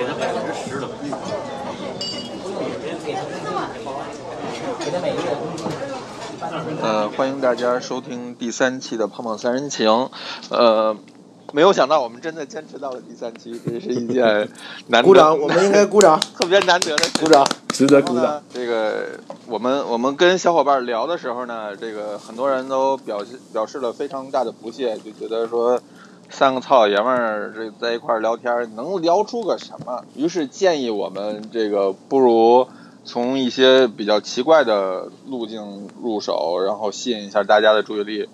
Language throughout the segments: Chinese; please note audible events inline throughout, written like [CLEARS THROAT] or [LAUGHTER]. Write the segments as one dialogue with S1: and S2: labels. S1: 的。
S2: 呃，欢迎大家收听第三期的《胖胖三人行》。呃，没有想到我们真的坚持到了第三期，这是一件难得
S3: [LAUGHS] 鼓掌，我们应该鼓
S4: [LAUGHS]
S3: 掌，
S2: [LAUGHS] 特别难得的事
S3: 鼓掌。
S4: 值得
S2: 然后
S4: 鼓
S2: 呢
S4: 掌。，
S2: 这个我们我们跟小伙伴聊的时候呢，这个很多人都表示表示了非常大的不屑，就觉得说三个糙老爷们儿这在一块儿聊天儿能聊出个什么？于是建议我们这个不如从一些比较奇怪的路径入手，然后吸引一下大家的注意力。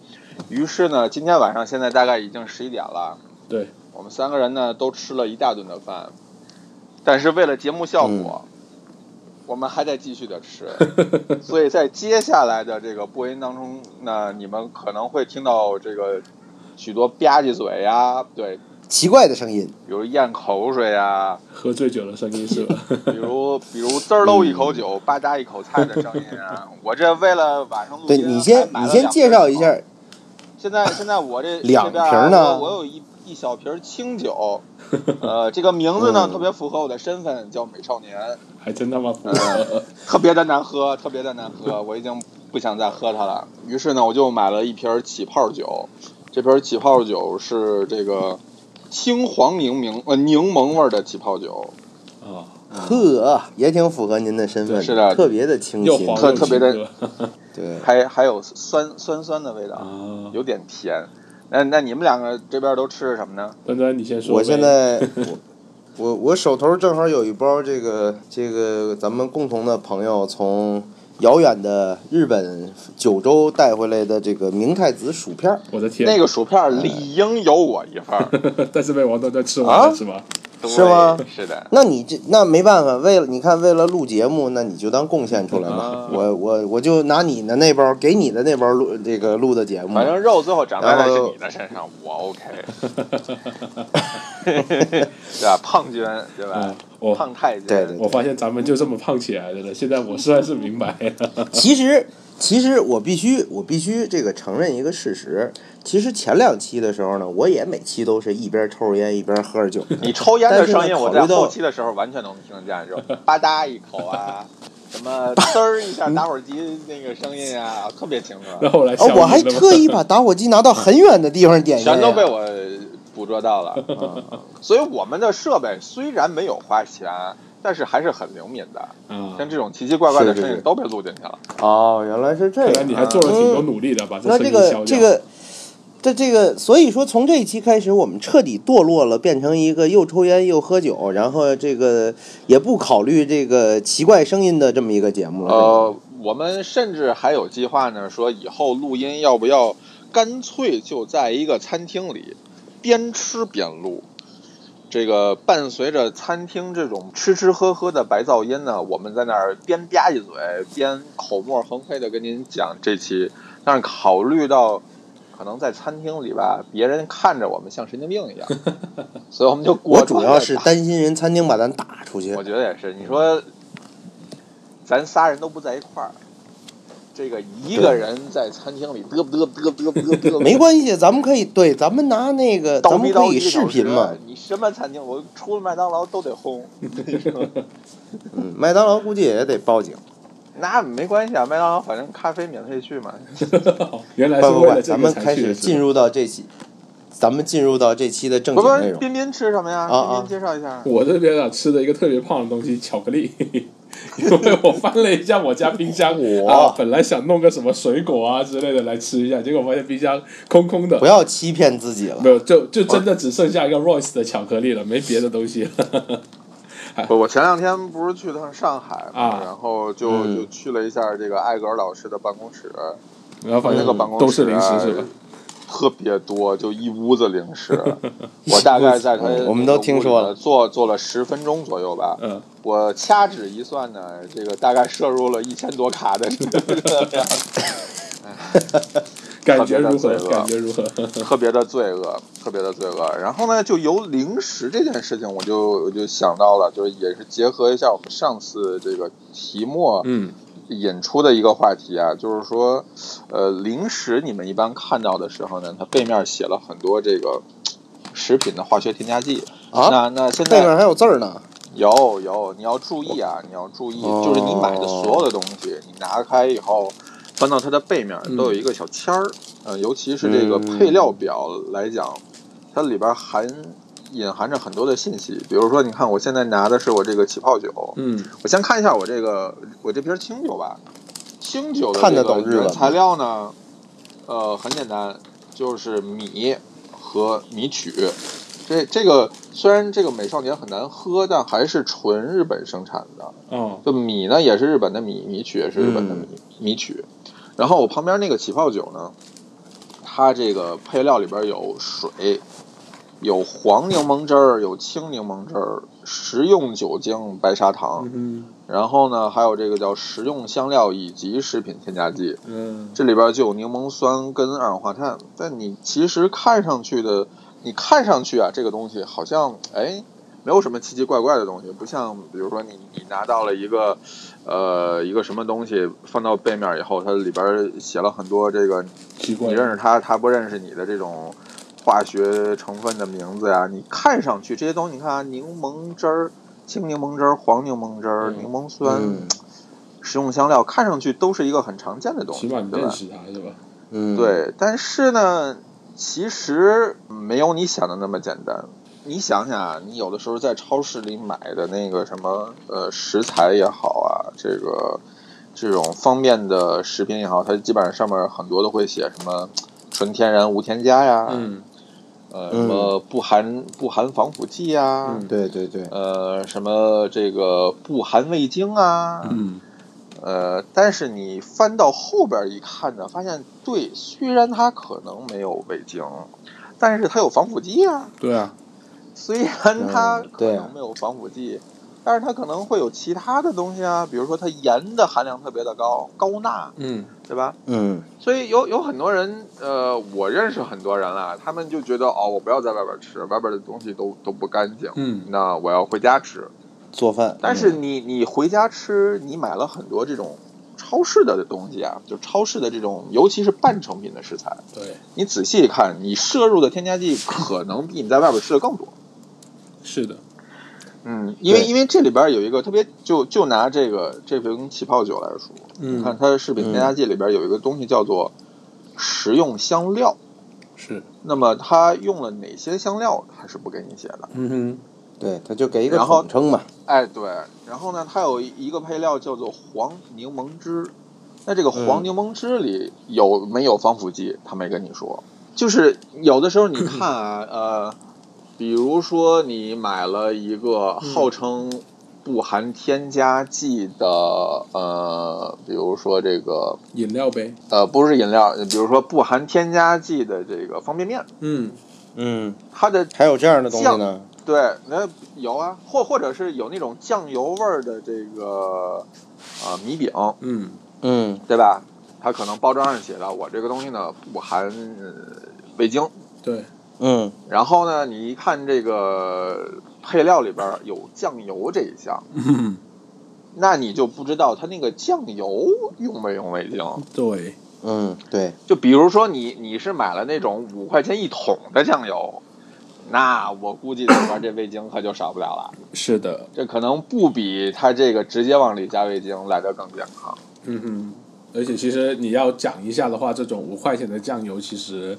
S2: 于是呢，今天晚上现在大概已经十一点了，
S4: 对，
S2: 我们三个人呢都吃了一大顿的饭，但是为了节目效果，
S3: 嗯
S2: 我们还在继续的
S3: [LAUGHS]
S2: 吃，所以在接下来的这个播音当中呢，你们可能会听到这个许多吧唧嘴呀，对，
S3: 奇怪的声音，
S2: 比如咽口水
S3: [LAUGHS]
S2: 呀，
S4: 喝醉酒的声音是吧？
S2: 比如比如滋儿喽一口
S3: 嗯
S2: 酒，吧嗒一口菜的声音啊。我这为了晚上录
S3: 对
S2: 音，
S3: 你先
S2: 还买
S3: 你
S2: 了
S3: 先
S2: 两
S3: 介
S2: 瓶
S3: 绍一
S2: 酒
S3: 下，
S2: 现
S3: [LAUGHS]
S2: 在现在我这
S3: 两
S2: 这边啊
S3: 瓶儿呢
S2: 我我有一一小瓶儿清
S3: [LAUGHS]
S2: 酒，呃，这个名字呢、
S3: 嗯
S2: 特别符合我的身份，叫美少年，
S4: 还真他妈符
S3: 啊
S4: [LAUGHS] 合。
S2: 特别的难喝，特别的难喝，我已经不想再喝它了。于是呢，我就买了一瓶儿起泡酒，这瓶儿起泡酒是这个青黄柠檬呃柠檬味儿的起泡酒，
S4: 啊，
S3: 呵，也挺符合您的身份，
S2: 嗯是的
S3: 嗯特别的清
S4: 又
S3: 新
S4: 黄，
S2: 特
S4: 又
S2: 特别的
S4: 清澈
S3: 对，
S2: 还还有酸酸酸的味道，
S4: 啊。
S2: 有点甜。那那你们两个这边都吃什么呢？
S4: 端端，你先说呗。
S3: 我现在我我 [LAUGHS] 我手头正好有一包这个这个咱们共同的朋友从遥远的日本九州带回来的这个明太子薯片儿，
S4: 我的天，
S2: 那个薯片儿理应有我一份儿，
S4: [LAUGHS] 但是被王端端吃完
S3: 啊
S4: 了是吧？
S2: 对
S3: [LAUGHS] 是吗？
S2: 是的。
S3: 那你这那没办法，为了你看为了录节目，那你就当贡献出来吧
S2: 啊。
S3: 我我我就拿你的那包给你的那包录这个录的节目，
S2: 反正肉最后长在
S3: 然
S2: 的
S3: 后
S2: 是你的身上，我 OK，对吧？胖君对吧
S4: 啊？，我
S2: 胖太君，
S3: 嗯对对
S4: 我发现咱们就这么胖起来的了。现在我算是明白
S3: [LAUGHS]
S4: 了。
S3: 其实，其实我必须，我必须这个承认一个事实。其实前两期的时候呢，我也每期都是一边抽着烟一边喝着酒。
S2: 你抽烟的声音，
S3: 但是呢
S2: 我在
S3: 考虑到
S2: 后期的时候完全能听得见，就吧嗒一口啊，什么嘚儿一
S3: 嗯
S2: 下打火机那个声音啊，特别清
S4: 那
S2: 楚，
S4: 后来
S3: 哦
S4: 小，
S3: 我还
S4: 米呢
S3: 特意把打火机拿到很远的地方点烟呀，
S2: 全都被我捕捉到了。嗯所以我们的设备虽然没有花钱，但是还是很灵敏的，
S4: 啊，
S2: 像这种奇奇怪怪的
S3: 是是
S2: 声音
S3: 是
S2: 都被录进去了。
S3: 哦，原来是这
S4: 看来
S3: 样。嗯
S4: 你还做了挺多努力的，把
S3: 那
S4: 声
S3: 这
S4: 音
S3: 个
S4: 消掉。
S3: 这个，这这个，所以说从这一期开始，我们彻底堕落了，变成一个又抽烟又喝酒，然后这个也不考虑这个奇怪声音的这么一个节目了。是吧
S4: 哦
S2: 呃，我们甚至还有计划呢，说以后录音要不要干脆就在一个餐厅里边吃边录。这个伴随着餐厅这种吃吃喝喝的白噪音呢，我们在那儿边吧唧嘴边口沫横飞的跟您讲这期。但是考虑到可能在餐厅里吧，别人看着我们像神经病一样，
S3: [LAUGHS]
S2: 所以我们就果断
S3: 我主
S2: 地
S3: 要是
S2: 打
S3: 担心人餐厅把咱打出去
S2: 我。觉得也是。你说，咱仨人都不在一块儿，这个一个人在餐厅里嘚啵嘚啵嘚啵嘚啵嘚，
S3: [LAUGHS] 没关系，咱们可以对，咱们拿那 [LAUGHS] 个，
S2: 叨
S3: 咱
S2: 逼
S3: 们
S2: 叨
S3: 可
S2: 一
S3: 以
S2: 个
S3: 视频
S2: 小
S3: 嘛
S2: 时。你什么餐厅，我除了麦当劳都得轰。
S3: 嗯，麦当劳估计也得报警。
S2: 那没关系啊，麦当劳反正咖啡免费去嘛。
S4: [LAUGHS] 原来
S3: 不
S4: 是
S3: 不
S4: 为了
S3: 不，
S4: 这
S3: 咱
S4: 个
S3: 们
S4: 才
S3: 开
S4: 去
S3: 始
S4: 的是
S3: 进
S4: 吧。
S3: 入到这期，咱们进入到这期的正
S2: 不
S3: 经
S2: 不
S3: 内，容。
S2: 彬彬吃什么呀？
S3: 啊啊
S2: 彬彬介绍一下。
S4: 我这边啊，吃的一个特别胖的东西，巧克力。 [LAUGHS] 因为我翻了一下我家冰箱，
S3: 哇
S4: 啊，本来想弄个什么水果啊之类的来吃一下，结果发现冰箱空空的
S3: 不，要欺骗自己了
S4: 没。有，就就真的只剩下一个 Royce 的巧克力了，没别的东西了。 [LAUGHS]
S2: 我前两天 [LAUGHS] 不是去趟上海嘛，
S4: 啊
S2: 然后就、
S3: 嗯
S2: 就去了一下这个艾格尔老师的办公室，
S4: 然后反
S2: 那
S4: 正
S2: 个办公室
S4: 都是零食是吧？
S2: 特别多，就一屋子零食。 [LAUGHS] 我大概在他
S3: 嗯我们都听说了
S2: 坐坐了十分钟左右吧。
S4: 嗯，
S2: 我掐指一算呢，这个大概摄入了一千多卡的 [LAUGHS] 这个热量，
S4: 感觉如
S2: 特别
S4: 何
S2: 的？罪恶
S4: 感觉如何？ [LAUGHS]
S2: 特别的罪恶，特别的罪恶。然后呢，就由零食这件事情，我就我就想到了，就是也是结合一下我们上次这个题目
S4: 嗯，
S2: 引出的一个话题啊，就是说，呃，零食你们一般看到的时候呢，它背面写了很多这个食品的化学添加剂。
S3: 啊，
S2: 那那现
S3: 背
S2: 在
S3: 面还有字儿呢。
S2: 有有，你要注意啊，你要注意，
S3: 哦
S2: 就是你买的所有的东西，你拿开以后，翻到它的背面
S4: 嗯
S2: 都有一个小签儿，呃，尤其是这个
S3: 嗯
S2: 配料表来讲，它里边含隐含着很多的信息，比如说，你看我现在拿的是我这个起泡酒，
S4: 嗯
S2: 我先看一下我这个我这瓶清酒吧，清酒的
S3: 看
S2: 这
S3: 得
S2: 个
S3: 懂日
S2: 原
S3: 文吗
S2: 材料呢，呃，很简单，就是米和米曲。这这个虽然这个美少年很难喝，但还是纯日本生产的。
S4: 哦
S2: 就米呢也是日本的米，米曲也是日本的米、
S3: 嗯
S2: 米曲。然后我旁边那个起泡酒呢，它这个配料里边有水，有黄柠檬汁儿，有青柠檬汁儿，食用酒精、白砂糖。
S4: 嗯
S2: 然后呢，还有这个叫食用香料以及食品添加剂，
S4: 嗯
S2: 这里边就有柠檬酸跟二氧化碳。但你其实看上去的，你看上去啊，这个东西好像哎，没有什么奇奇怪怪的东西，不像比如说你你拿到了一个呃一个什么东西放到背面以后，它里边写了很多这个
S4: 奇怪
S2: 你认识它，它不认识你的这种化学成分的名字呀、你看上去这些东西，你看、啊、柠檬汁儿、青柠檬汁儿、黄柠檬汁儿、
S4: 嗯
S2: 柠檬酸、
S3: 嗯
S2: 食用香料，看上去都是一个很常见的东
S4: 起
S2: 西，
S4: 码你
S2: 对
S4: 认
S2: 吧？
S4: 识他是吧？
S3: 嗯，，
S2: 对，但是呢，其实没有你想的那么简单。你想想啊，你有的时候在超市里买的那个什么呃食材也好啊，这个这种方便的食品也好，它基本上上面很多都会写什么纯天然无添加呀，
S4: 嗯
S2: 呃什么不含不含防腐剂呀，
S4: 嗯
S3: 对对对，
S2: 呃什么这个不含味精啊，
S4: 嗯
S2: 呃，但是你翻到后边一看呢，发现对，虽然它可能没有味精，但是它有防腐剂啊。
S4: 对啊
S2: 虽然它
S3: 嗯
S2: 可
S3: 对啊
S2: 能没有防腐剂，但是它可能会有其他的东西啊，比如说它盐的含量特别的高，高钠，
S4: 嗯
S2: 对吧？
S3: 嗯
S2: 所以有有很多人，呃，我认识很多人啦，他们就觉得哦，我不要在外边吃，外边的东西都都不干净，
S4: 嗯
S2: 那我要回家吃。
S3: 做饭，
S2: 但是你你回家吃，你买了很多这种超市的东西啊，就超市的这种，尤其是半成品的食材，
S4: 对
S2: 你仔细一看，你摄入的添加剂可能比你在外边吃的更多。
S4: 是的
S2: 嗯，因为
S3: 对
S2: 因为这里边有一个特别，就就拿这个这瓶起泡酒来说，
S4: 嗯
S2: 你看它的食品添加剂里边有一个东西叫做食用香料，
S4: 是
S2: 那么它用了哪些香料，它是不给你写的。
S4: 嗯
S3: 嗯对，他就给一个
S2: 然后
S3: 统称嘛，
S2: 哎，对，然后呢，它有一个配料叫做黄柠檬汁，那这个黄
S3: 嗯
S2: 柠檬汁里有没有防腐剂？他没跟你说，就是有的时候你看啊，呃，比如说你买了一个号称不含添加剂的，呃，比如说这个
S4: 哼，饮料呗
S2: 呃不是饮料，比如说不含添加剂的这个方便面，
S4: 嗯
S3: 嗯，
S2: 它的
S3: 还有这样的东西呢，
S2: 对，那有啊，或或者是有那种酱油味儿的这个啊、米饼，
S4: 嗯
S3: 嗯
S2: 对吧？它可能包装上写的我这个东西呢不含呃味精，
S4: 对
S3: 嗯
S2: 然后呢你一看这个配料里边儿有酱油这一项，
S4: 嗯
S2: 那你就不知道它那个酱油用没用味精。
S4: 对
S3: 嗯，对，
S2: 就比如说你你是买了那种五块钱一桶的酱油，那我估计里边儿这味精可就少不了了。
S4: 是的
S2: 这可能不比它这个直接往里加味精来的更健康。
S4: 嗯哼，而且其实你要讲一下的话，这种五块钱的酱油其实。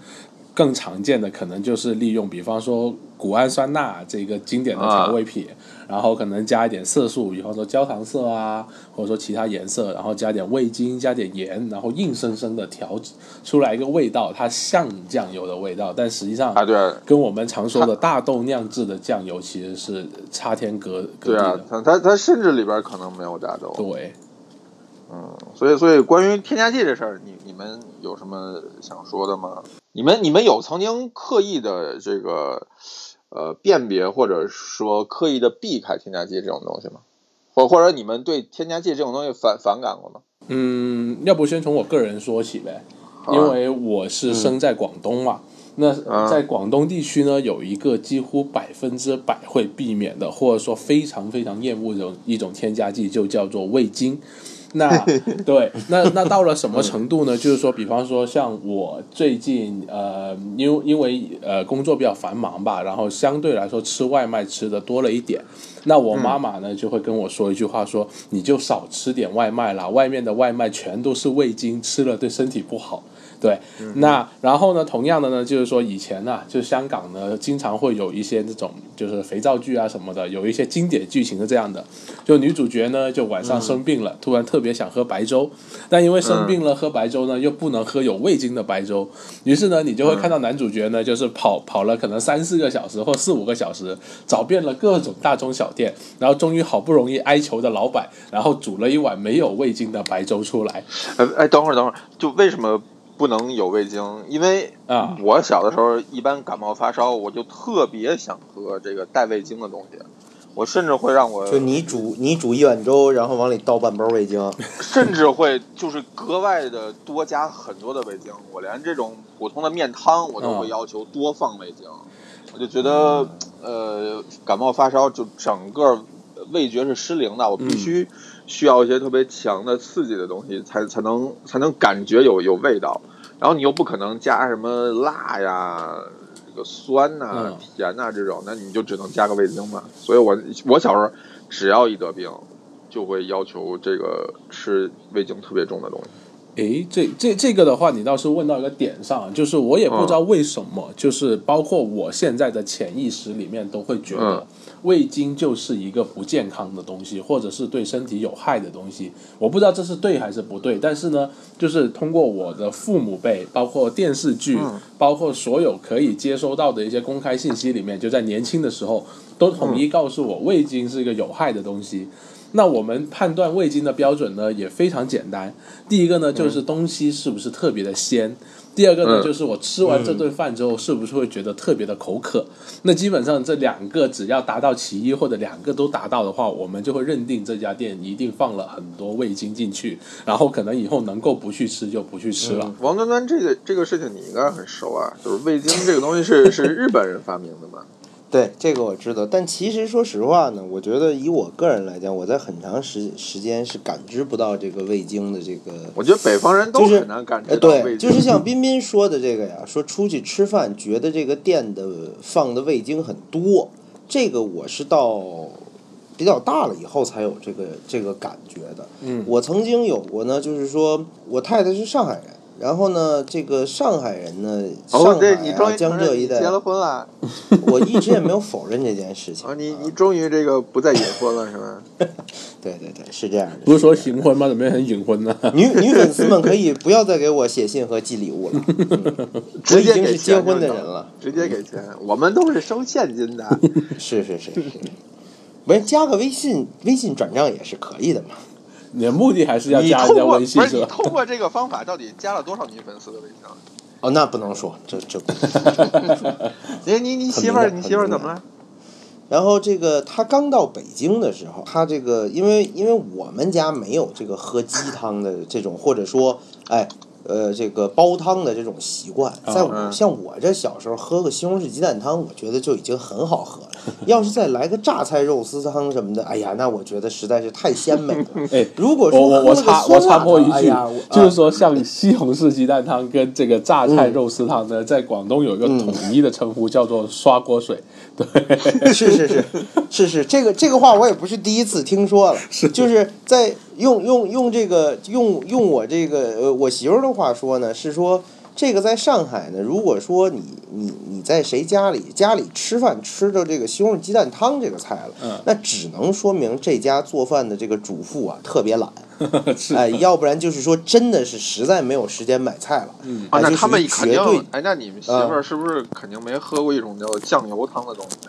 S4: 更常见的可能就是利用，比方说谷氨酸钠这个经典的调味品，然后可能加一点色素，比方说焦糖色啊，或者说其他颜色，然后加点味精，加点盐，然后硬生生的调出来一个味道，它像酱油的味道，但实际上
S2: 啊，对
S4: 跟我们常说的大豆酿制的酱油其实是差天隔隔
S2: 对
S4: 地
S2: 啊
S4: 的。，
S2: 它它它甚至里边可能没有大豆。
S4: 对，
S2: 嗯，所以所以关于添加剂这事儿，你你们有什么想说的吗？你们你们有曾经刻意的这个呃辨别或者说刻意的避开添加剂这种东西吗？或或者你们对添加剂这种东西反反感过吗？
S4: 嗯，要不先从我个人说起呗，
S2: 好啊
S4: 因为我是生在广东嘛。那
S2: 嗯
S4: 在广东地区呢，有一个几乎百分之百会避免的，或者说非常非常厌恶的一种添加剂，就叫做味精。那对，那那到了什么程度呢？就是说，比方说像我最近呃，因为因为呃工作比较繁忙吧，然后相对来说吃外卖吃的多了一点。那我妈妈呢就会跟我说一句话说，你就少吃点外卖啦，外面的外卖全都是味精，吃了对身体不好。对，那然后呢，同样的呢，就是说以前呢、就香港呢，经常会有一些这种就是肥皂剧啊什么的，有一些经典剧情是这样的，就女主角呢就晚上生病了，突然特别想喝白粥，但因为生病了喝白粥呢，又不能喝有味精的白粥，于是呢，你就会看到男主角呢，就是跑跑了可能三四个小时或四五个小时，找遍了各种大中小店，然后终于好不容易哀求的老板，然后煮了一碗没有味精的白粥出来
S2: 哎哎，等会儿等会儿，就为什么不能有味精？因为
S4: 啊。
S2: 我小的时候一般感冒发烧，我就特别想喝这个带味精的东西，我甚至会让我
S3: 就你煮你煮一碗粥，然后往里倒半包味精，
S2: 甚至会就是格外的多加很多的味精，我连这种普通的面汤我都
S3: 嗯
S2: 会要求多放味精，我就觉得
S3: 嗯
S2: 呃感冒发烧就整个味觉是失灵的，我
S3: 嗯
S2: 必须需要一些特别强的刺激的东西才才能才能感觉有有味道，然后你又不可能加什么辣呀。这个酸呐、
S4: 嗯
S2: 甜呐、这种，那你就只能加个味精嘛。所以我我小时候只要一得病，就会要求这个吃味精特别重的东西。
S4: 诶，这这这个的话，你倒是问到一个点上，啊就是我也不知道为什么，就是包括我现在的潜意识里面都会觉得
S2: 嗯
S4: 味精就是一个不健康的东西，或者是对身体有害的东西。我不知道这是对还是不对，但是呢，就是通过我的父母辈，包括电视剧，包括所有可以接收到的一些公开信息里面，就在年轻的时候都统一告诉我，味精是一个有害的东西。那我们判断味精的标准呢，也非常简单。第一个呢，就是东西是不是特别的鲜；第二个呢，
S2: 嗯
S4: 就是我吃完这顿饭之后，是不是会觉得特别的口渴。那基本上这两个只要达到其一，或者两个都达到的话，我们就会认定这家店一定放了很多味精进去，然后可能以后能够不去吃就不去吃了。
S2: 王端端，这个这个事情你应该很熟啊，就是味精这个东西是 [LAUGHS] 是日本人发明的嘛？
S3: 对，这个我知道。但其实说实话呢，我觉得以我个人来讲，我在很长时时间是感知不到这个味精的这个。
S2: 我觉得北方人都
S3: 就是
S2: 很难感
S3: 呃，
S2: 知到
S3: 对，
S2: 味精。
S3: [LAUGHS] 就是像彬彬说的这个呀，说出去吃饭觉得这个店的放的味精很多，这个我是到比较大了以后才有这个这个感觉的。
S4: 嗯
S3: 我曾经有过呢，就是说我太太是上海人，然后呢，这个上海人呢，上海
S2: 哦，
S3: 啊、
S2: 对你终于承
S3: 江浙
S2: 认
S3: 一
S2: 你
S3: 带
S2: 结，了婚了
S3: 我一直也没有否认这件事情。
S2: 啊！你你终于这个不再隐婚了是吧？
S3: 对对对，是这样的。
S4: 不是说行婚吗？ [LAUGHS] 怎么变成隐婚呢？
S3: 女女粉丝们可以不要再给我写信和寄礼物了，
S4: [LAUGHS]
S3: 我
S2: 直
S3: 已
S2: 接
S3: 经
S2: 给
S3: 是
S2: 钱
S3: 结婚的
S2: 就
S3: 人
S2: 行
S3: 了。
S2: 直接给钱，我们都是收现金的。
S3: 是是是是，不是加个微信，微信转账也是可以的嘛。
S4: 你的目的还是要
S2: 你
S4: 加
S2: 通
S4: 人家
S2: 过
S4: 微
S2: 不
S4: 信
S2: 是
S4: 是
S2: 你
S4: 吧？
S2: 通过这个方法到底加了多少女粉丝的微信？
S3: 哦，那不能说，这这。
S2: 你你你媳妇儿
S3: 很敏感
S2: 你媳妇儿
S3: 很敏感
S2: 怎么了？
S3: 然后这个他刚到北京的时候，他这个因为因为我们家没有这个喝鸡汤的这种，或者说哎呃这个煲汤的这种习惯，
S4: 啊
S3: 在我
S2: 嗯
S3: 像我这小时候喝个西红柿鸡蛋汤，我觉得就已经很好喝
S4: [LAUGHS]
S3: 了。要是再来个榨菜肉丝汤什么的，哎呀，那我觉得实在是太鲜美了。
S4: [LAUGHS] 哎
S3: 如果说
S4: 我我
S3: 喝
S4: 我
S3: 了个
S4: 插我
S3: 酸辣
S4: 插播一
S3: 汤哎
S4: 句
S3: 呀我，
S4: 就是
S3: 啊
S4: 说像西红柿鸡蛋汤跟这个榨菜肉丝汤呢，在广东有一个统一的称呼，叫做刷锅水。对，
S3: [LAUGHS] 是是是是是，这个这个话我也不是第一次听说
S4: [LAUGHS]
S3: 了，就是在用用用这个用用我这个呃我媳妇儿的话说呢，是说这个在上海呢，如果说你你你在谁家里家里吃饭吃着这个西红柿鸡蛋汤这个菜了，
S4: 嗯
S3: 那只能说明这家做饭的这个主妇啊特别懒，
S4: [LAUGHS] 是
S3: 哎、要不然就是说真的是实在没有时间买菜了，
S4: 嗯
S2: 啊，
S3: 哎
S2: 那
S3: 就
S2: 他
S3: 属
S2: 们
S3: 于
S2: 肯
S3: 绝对
S2: 定，哎，那你们媳妇儿是不是肯定没喝过一种叫酱油汤的东西？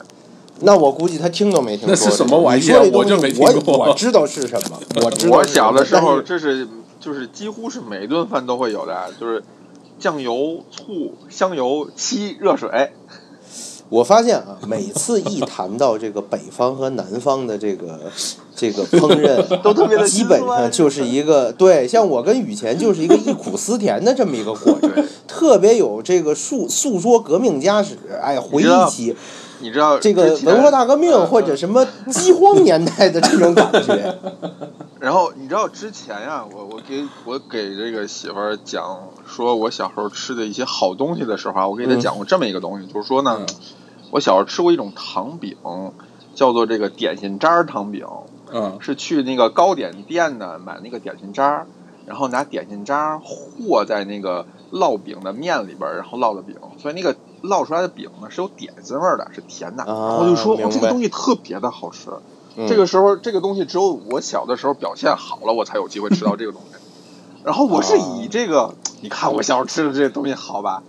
S3: 那我估计他听都没听说。
S4: 那是什么玩意
S3: 你说
S4: 儿
S3: 这东西
S4: 我就没听过
S3: 我我知道是什
S4: [LAUGHS]
S3: 么，我知道
S2: 我
S3: 是什么
S2: 小的时候，
S3: 但是
S2: 这是就是几乎是每顿饭都会有的，就是酱油、醋、香油、漆、热水。
S3: 我发现啊，每次一谈到这个北方和南方的这个这个烹饪，啊
S2: 都特别的
S3: 基本
S2: 心酸
S3: 上就是一个对，像我跟雨前就是一个忆苦思甜的这么一个过程，特别有这个诉诉说革命家史，哎，回
S2: 你知道
S3: 忆起
S2: 你知道
S3: 这个
S2: 之前
S3: 文化大革命
S2: 嗯
S3: 或者什么饥荒年代的这种感觉。
S2: 然后你知道之前呀、我我给我给这个媳妇儿讲说我小时候吃的一些好东西的时候啊，我给她
S3: 嗯
S2: 讲过这么一个东西，就是说呢，
S4: 嗯
S2: 我小时候吃过一种糖饼，叫做这个点心渣儿糖饼，
S4: 嗯
S2: 是去那个糕点店呢买那个点心渣儿，然后拿点心渣儿和在那个烙饼的面里边儿，然后烙的饼，所以那个烙出来的饼呢是有点心味儿的，是甜的。
S3: 啊
S2: 然后我就说，哇，哦
S3: 明
S2: 这个
S3: 白
S2: 东西特别的好吃。
S3: 嗯
S2: 这个时候，这个东西只有我小的时候表现好了，我才有机会吃到这个东西。然后我是
S3: 哦
S2: 以这个，你看我小时候吃的这些东西好吧，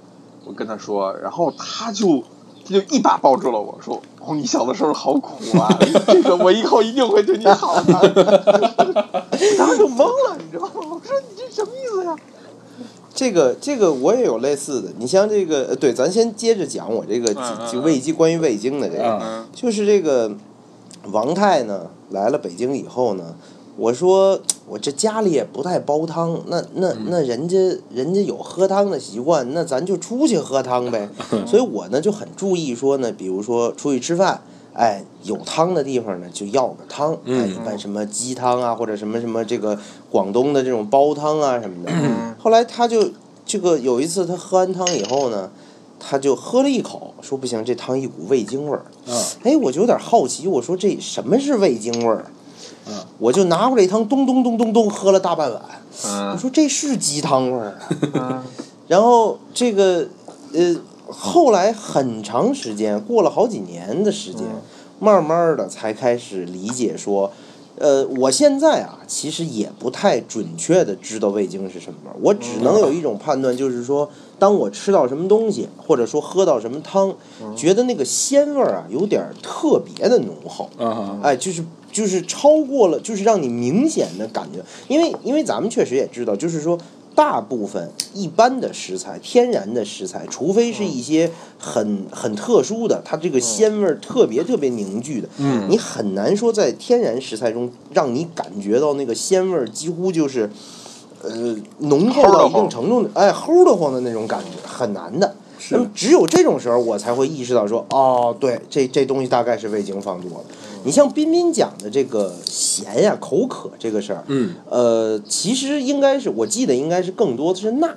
S2: 我跟他说，然后他就他就一把抱住了我说：“哦，你小的时候好苦啊，这个我以后一定会对你好的。” [LAUGHS] 我当时就懵了，你知道吗？我说你这什么意思呀？
S3: 这个这个我也有类似的，你像这个，呃对，咱先接着讲我这个
S2: 嗯嗯
S3: 几
S2: 嗯
S3: 味精关于味精的这个，
S4: 嗯
S2: 嗯
S3: 就是这个王太呢来了北京以后呢，我说我这家里也不太煲汤，那那那人家人家有喝汤的习惯，那咱就出去喝汤呗。所以我呢就很注意说呢，比如说出去吃饭。哎，有汤的地方呢，就要个汤。哎，一般什么鸡汤啊，或者什么什么这个广东的这种煲汤啊什么的。 [CLEARS THROAT] 后来他就这个有一次他喝完汤以后呢，他就喝了一口，说不行，这汤一股味精味儿。
S4: 嗯
S3: 哎，我就有点好奇，我说这什么是味精味儿？
S4: 嗯
S3: 我就拿过来一汤，咚咚咚咚咚喝了大半碗。我
S2: [LAUGHS] 嗯
S3: 说这是鸡汤味儿啊。
S2: 嗯
S3: 然后这个呃，后来很长时间，过了好几年的时间，慢慢的才开始理解说，呃，我现在啊，其实也不太准确的知道味精是什么味儿，我只能有一种判断，就是说，当我吃到什么东西，或者说喝到什么汤，觉得那个鲜味儿啊，有点儿特别的浓厚，
S4: 嗯
S3: 哎，就是就是超过了，就是让你明显的感觉，因为因为咱们确实也知道，就是说大部分一般的食材，天然的食材，除非是一些很很特殊的，它这个鲜味儿特别特别凝聚的，
S4: 嗯
S3: 你很难说在天然食材中让你感觉到那个鲜味儿几乎就是。呃，浓厚
S2: 齁得
S3: 到一
S2: 慌
S3: 定程度，哎，齁得慌的那种感觉，很难的。
S4: 是
S3: 那么只有这种时候，我才会意识到说，哦，对，这这东西大概是味精放多了。你像彬彬讲的这个咸呀、口渴这个事儿，
S4: 嗯
S3: 呃，其实应该是我记得应该是更多的是钠，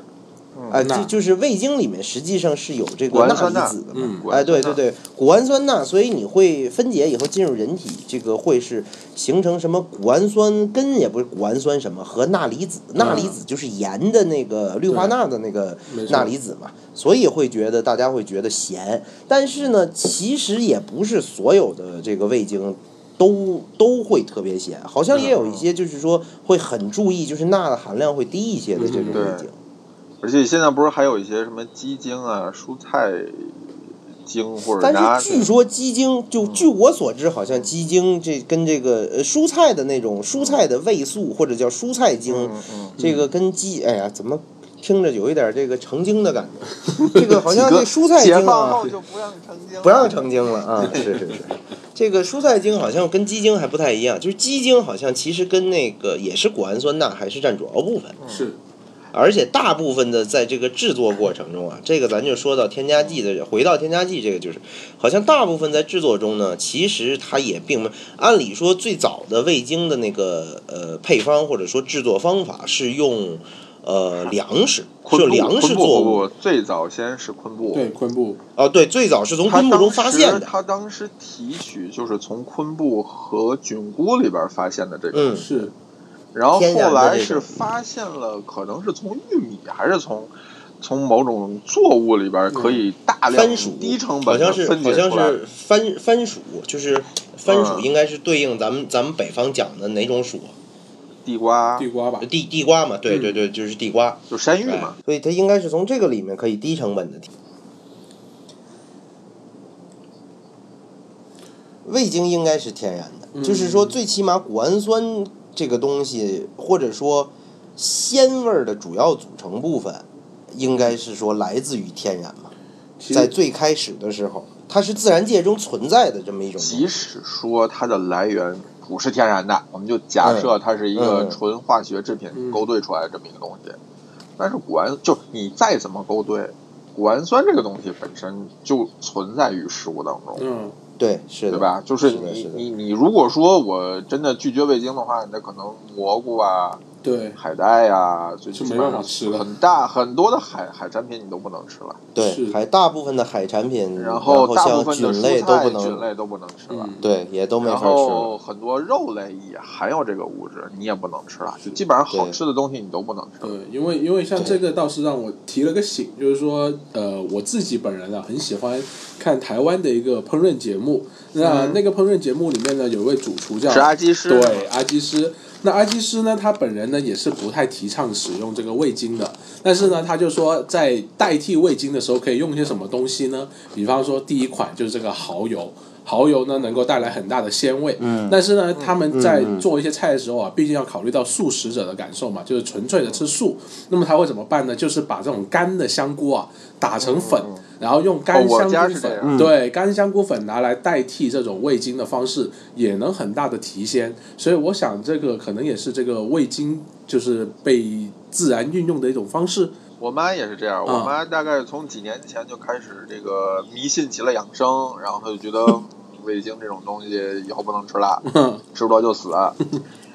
S3: 哎、
S4: 钠
S3: 就就是味精里面实际上是有这
S2: 谷嗯
S3: 个
S2: 氨
S3: 钠
S2: 酸钠
S3: 离子的嘛，
S4: 嗯
S2: 谷氨
S3: 哎，对对
S2: 酸钠
S3: 对，谷氨酸钠，所以你会分解以后进入人体，这个会是形成什么谷氨酸根也不是谷氨酸什么和钠离子，钠离子就是盐的那个氯化钠的那个
S4: 嗯没错
S3: 钠离子嘛，所以会觉得大家会觉得咸，但是呢，其实也不是所有的这个味精。都都会特别咸，好像也
S4: 嗯
S3: 有一些就是说会很注意，就是钠的含量会低一
S4: 嗯
S3: 些的这种
S2: 对
S3: 味精。
S2: 而且现在不是还有一些什么鸡精啊、蔬菜精或者拿嗯
S3: 但是据说鸡精，就据我所知，好像鸡精这跟这个呃蔬菜的那种蔬菜的味素或者叫蔬菜精
S2: 嗯，嗯
S3: 这个跟鸡，哎呀，怎么听着有一点这个成精的感
S2: [LAUGHS]
S3: 觉？这个好像这蔬菜
S2: 解
S3: 精
S2: 放
S3: 啊
S2: 后，就不让成精了，
S3: 不让成精了啊，是是是。这个蔬菜精好像跟鸡精还不太一样，就是鸡精好像其实跟那个也是谷氨酸钠还是占主要部分，
S4: 是
S3: 而且大部分的在这个制作过程中啊，这个咱就说到添加剂的，回到添加剂这个就是，好像大部分在制作中呢，其实它也并没，按理说最早的味精的那个呃配方或者说制作方法是用呃粮食，
S2: 昆
S3: 就
S2: 布，
S3: 粮
S2: 昆
S3: 食
S2: 布
S3: 作
S2: 不
S3: 物
S2: 不最早先是昆布，
S4: 对昆布
S3: 哦，对，最早是从
S2: 他
S3: 昆
S2: 当
S3: 布
S2: 时
S3: 中发现的，
S2: 他当时提取就是从昆布和菌菇里边发现的这个，
S3: 嗯，
S4: 是
S2: 然后
S3: 天然
S2: 后
S3: 的嗯
S2: 来
S3: 这
S2: 是
S3: 种
S2: 发现了，可能是从玉米还是从从某种作物里边可以大量
S3: 嗯番薯
S2: 低成
S3: 好
S2: 本
S3: 像
S2: 的
S3: 是
S2: 分
S3: 好
S2: 解
S3: 像
S2: 出来。
S3: 是番番薯，就是番薯
S2: 嗯
S3: 应该是对应咱们咱们北方讲的哪种薯啊？
S2: 地瓜
S4: 地瓜吧？
S3: 地地瓜嘛，对
S4: 嗯
S3: 对对，就是地瓜。
S2: 就山芋
S3: 对
S2: 嘛，
S3: 所以它应该是从这个里面可以低成本的提。味精应该是天然的，
S4: 嗯
S3: 就是说最起码谷氨酸这个东西，或者说鲜味儿的主要组成部分，应该是说来自于天然嘛。
S4: 其
S3: 在
S4: 实
S3: 最开始的时候，它是自然界中存在的这么一种东西
S2: 即使说它的来源不是天然的，我们就假设它是一
S3: 嗯嗯
S2: 个纯化学制品
S4: 嗯
S2: 勾兑出来的这么一个东西，但是谷氨就你再怎么勾兑，谷氨酸这个东西本身就存在于食物当中，
S4: 嗯
S3: 对，是
S2: 对？
S3: 的，
S2: 吧？就是
S3: 是的
S2: 你
S3: 是的
S2: 你你如果说我真的拒绝味精的话，那可能蘑菇啊、
S4: 对，
S2: 海带呀，最起
S4: 就没
S2: 码
S4: 办法吃了
S2: 很大很多的海海产品你都不能吃了，
S3: 对，
S4: 是
S3: 海大部分的海产品，嗯然
S2: 然后大部
S3: 像
S2: 分的
S3: 菌
S2: 蔬
S3: 类都
S2: 菜
S3: 不
S2: 菌
S3: 能，
S2: 类都不能吃了。
S4: 嗯，
S3: 对，也都没
S2: 然
S3: 法吃了。
S2: 后很多肉类也含有这个物质，你也不能吃了。
S4: 是
S2: 基本上好
S3: 对
S2: 吃的东西你都不能吃
S4: 对
S2: 了。，
S4: 因为因为像
S3: 对
S4: 这个倒是让我提了个醒，就是说，呃，我自己本人啊，很喜欢看台湾的一个烹饪节目。那、
S2: 嗯
S4: 那个烹饪节目里面呢，有一位主厨叫
S2: 是啊阿基师，
S4: 对，阿基师。那阿基师呢，他本人呢也是不太提倡使用这个味精的，但是呢，他就说在代替味精的时候可以用一些什么东西呢？比方说第一款就是这个蚝油。蚝油呢，能够带来很大的鲜味，嗯，但是呢，他们在做一些菜的时候啊，毕竟要考虑到素食者的感受嘛，就是纯粹的吃素，那么他会怎么办呢？就是把这种干的香菇啊打成粉，然后用干
S2: 哦我
S4: 香
S2: 家
S4: 菇
S2: 是这
S4: 粉，
S2: 样
S4: 对，干香菇粉拿来代替这种味精的方式，也能很大的提鲜。所以我想，这个可能也是这个味精就是被自然运用的一种方
S2: [LAUGHS]
S4: 式。
S2: 我妈也是这样，
S4: 嗯
S2: 我妈大概从几年前就开始这个迷信起了养生，然后她就觉
S4: [LAUGHS]
S2: 得味精这种东西以后不能吃
S4: 嗯
S2: 了，吃多就死。
S4: [LAUGHS]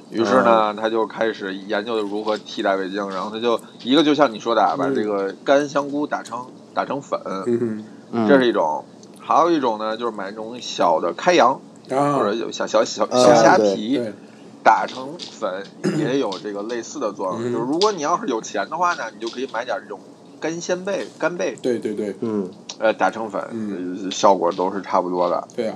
S2: 于是呢，她就开始研究如何替代味精，然后她就一个就像你说的，啊把这个干香菇打成打成粉，
S4: 嗯
S2: 这
S3: 嗯，
S2: 是一种；还有一种呢，就是买那种小的开洋
S4: 哼，啊
S2: 或者有小小小
S3: 嗯
S2: 小虾
S3: 对
S2: 皮，
S4: 对，
S2: 打成粉也有这个类似的作用。
S4: 嗯
S2: 就是如果你要是有钱的话呢，你就可以买点这种干鲜贝、干贝，
S4: 对对对
S3: 嗯，
S2: 呃，打成粉，
S4: 嗯
S2: 呃效果都是差不多的。
S4: 对啊！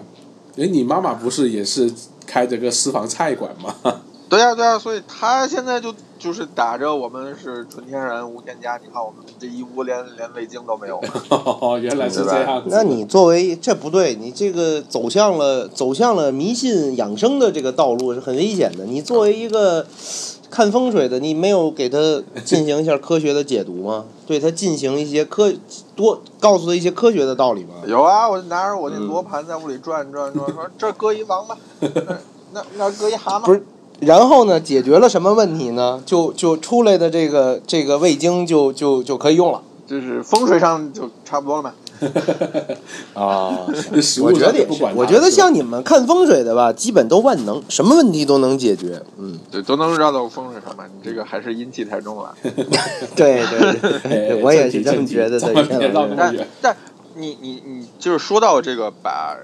S4: 哎，你妈妈不是也是开这个私房菜馆吗？ [LAUGHS]
S2: 对呀、对呀、所以他现在就就是打着我们是纯天然无添加，你看我们这一屋连连味精都没有，
S4: 原来是这样子。
S3: 那你作为这不对，你这个走向了走向了迷信养生的这个道路是很危险的。你作为一个看风水的，你没有给他进行一下科学的解读吗？对他进行一些科多告诉他一些科学的道理吗？
S2: [LAUGHS] 有啊，我就拿着我那
S3: 嗯
S2: 罗盘在屋里转转转，说这儿搁一王八，那那那儿搁一蛤蟆，
S3: 不是然后呢，解决了什么问题呢？就就出来的这个这个味精就就就可以用了
S2: 就是风水上就差不多了嘛。
S3: 啊。
S4: 这食
S3: [LAUGHS] 我
S4: 物
S3: 觉
S4: 上
S3: 得
S4: 就
S3: 也
S4: 不
S3: 是
S4: 管，它
S3: 我觉得
S4: 是吧
S3: 像你们看风水的吧，基本都万能，什么问题都能解决。嗯，
S2: 对，都能绕到风水上嘛，你这个还是阴气太重
S3: [LAUGHS]
S2: 了。
S3: 对对对
S4: 哎
S3: 对，我也是
S4: 正
S3: 这么
S4: 题
S3: 觉得
S4: 咱
S3: 的。
S4: 们
S3: 天
S4: 别绕
S3: 老
S4: 那
S3: 师
S4: 么
S2: 但
S4: 远。
S2: 但你你你就是说到这个把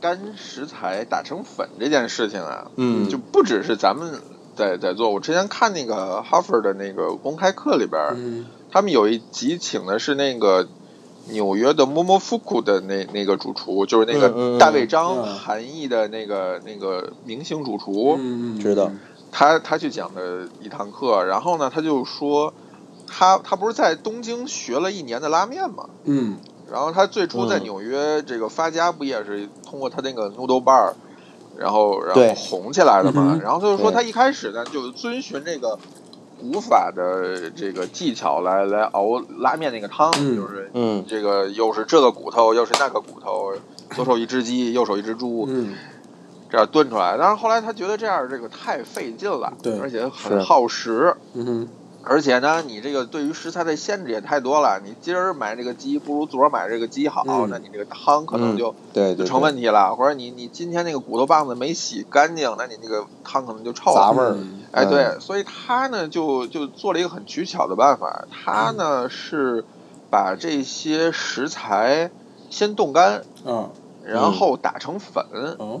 S2: 干食材打成粉这件事情啊，
S3: 嗯
S2: 就不只是咱们在在做。我之前看那个哈佛的那个公开课里边儿，
S4: 嗯
S2: 他们有一集请的是那个纽约的摸摸复古的那那个主厨，就是那
S3: 嗯嗯
S2: 个
S3: 嗯
S2: 大卫张、
S4: 嗯
S2: 韩裔的那个那个明星主厨，
S4: 嗯，嗯
S3: 知道。
S2: 他他去讲的一堂课，然后呢，他就说他他不是在东京学了一年的拉面吗？
S4: 嗯
S2: 然后他最初在
S3: 嗯
S2: 纽约这个发家，不也是通过他那个 Noodle Bar，然后然
S3: 对
S2: 后红起来的嘛
S4: 嗯哼？
S2: 然后他就说
S3: 对
S2: 他一开始呢，就遵循这个古法的这个技巧来来熬拉面那个汤，
S4: 嗯
S2: 就是
S3: 嗯
S2: 这个又是这个骨头，又是那个骨头，左手一只鸡，右手一只猪，
S4: 嗯
S2: 这样炖出来。但是后来他觉得这样这个太费劲了，
S4: 对
S2: 而且
S3: 是
S2: 很耗时。
S4: 嗯哼
S2: 而且呢，你这个对于食材的限制也太多了。你今儿买这个鸡，不如昨儿买这个鸡好，
S4: 嗯
S2: 那你这个汤可能就、
S3: 对嗯对
S2: 就
S3: 对，
S2: 成问题了。或者你你今天那个骨头棒子没洗干净，那你那个汤可能就臭
S3: 杂
S2: 了。
S3: 味儿
S4: 嗯。
S2: 哎，
S3: 嗯
S2: 对，所以他呢就就做了一个很取巧的办法，他
S3: 嗯
S2: 呢是把这些食材先冻干，
S4: 啊
S2: 然
S3: 嗯
S2: 后打成粉，
S4: 哦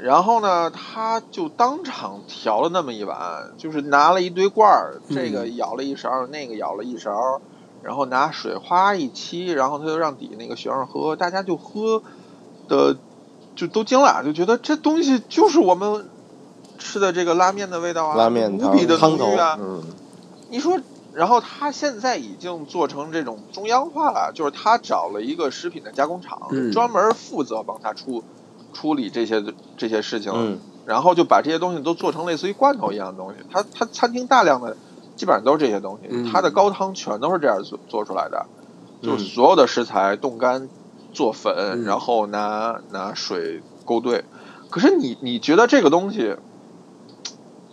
S2: 然后呢，他就当场调了那么一碗，就是拿了一堆罐儿，
S4: 嗯
S2: 这个舀了一勺，那个舀了一勺，然后拿水哗一沏，然后他就让底下那个学生喝，大家就喝的就都惊了，就觉得这东西就是我们吃的这个拉面的味道啊，
S3: 拉面
S2: 无
S3: 汤
S2: 比的浓
S3: 汤头
S2: 郁啊，，
S3: 嗯，
S2: 你说，然后他现在已经做成这种中央化了，就是他找了一个食品的加工厂，
S4: 嗯
S2: 专门负责帮他出处理这些这些事情，
S3: 嗯
S2: 然后就把这些东西都做成类似于罐头一样的东西。他他餐厅大量的基本上都是这些东西，
S4: 嗯
S2: 他的高汤全都是这样做做出来的，就
S3: 嗯
S2: 是所有的食材冻干做粉，
S4: 嗯
S2: 然后拿拿水勾兑。可是你你觉得这个东西，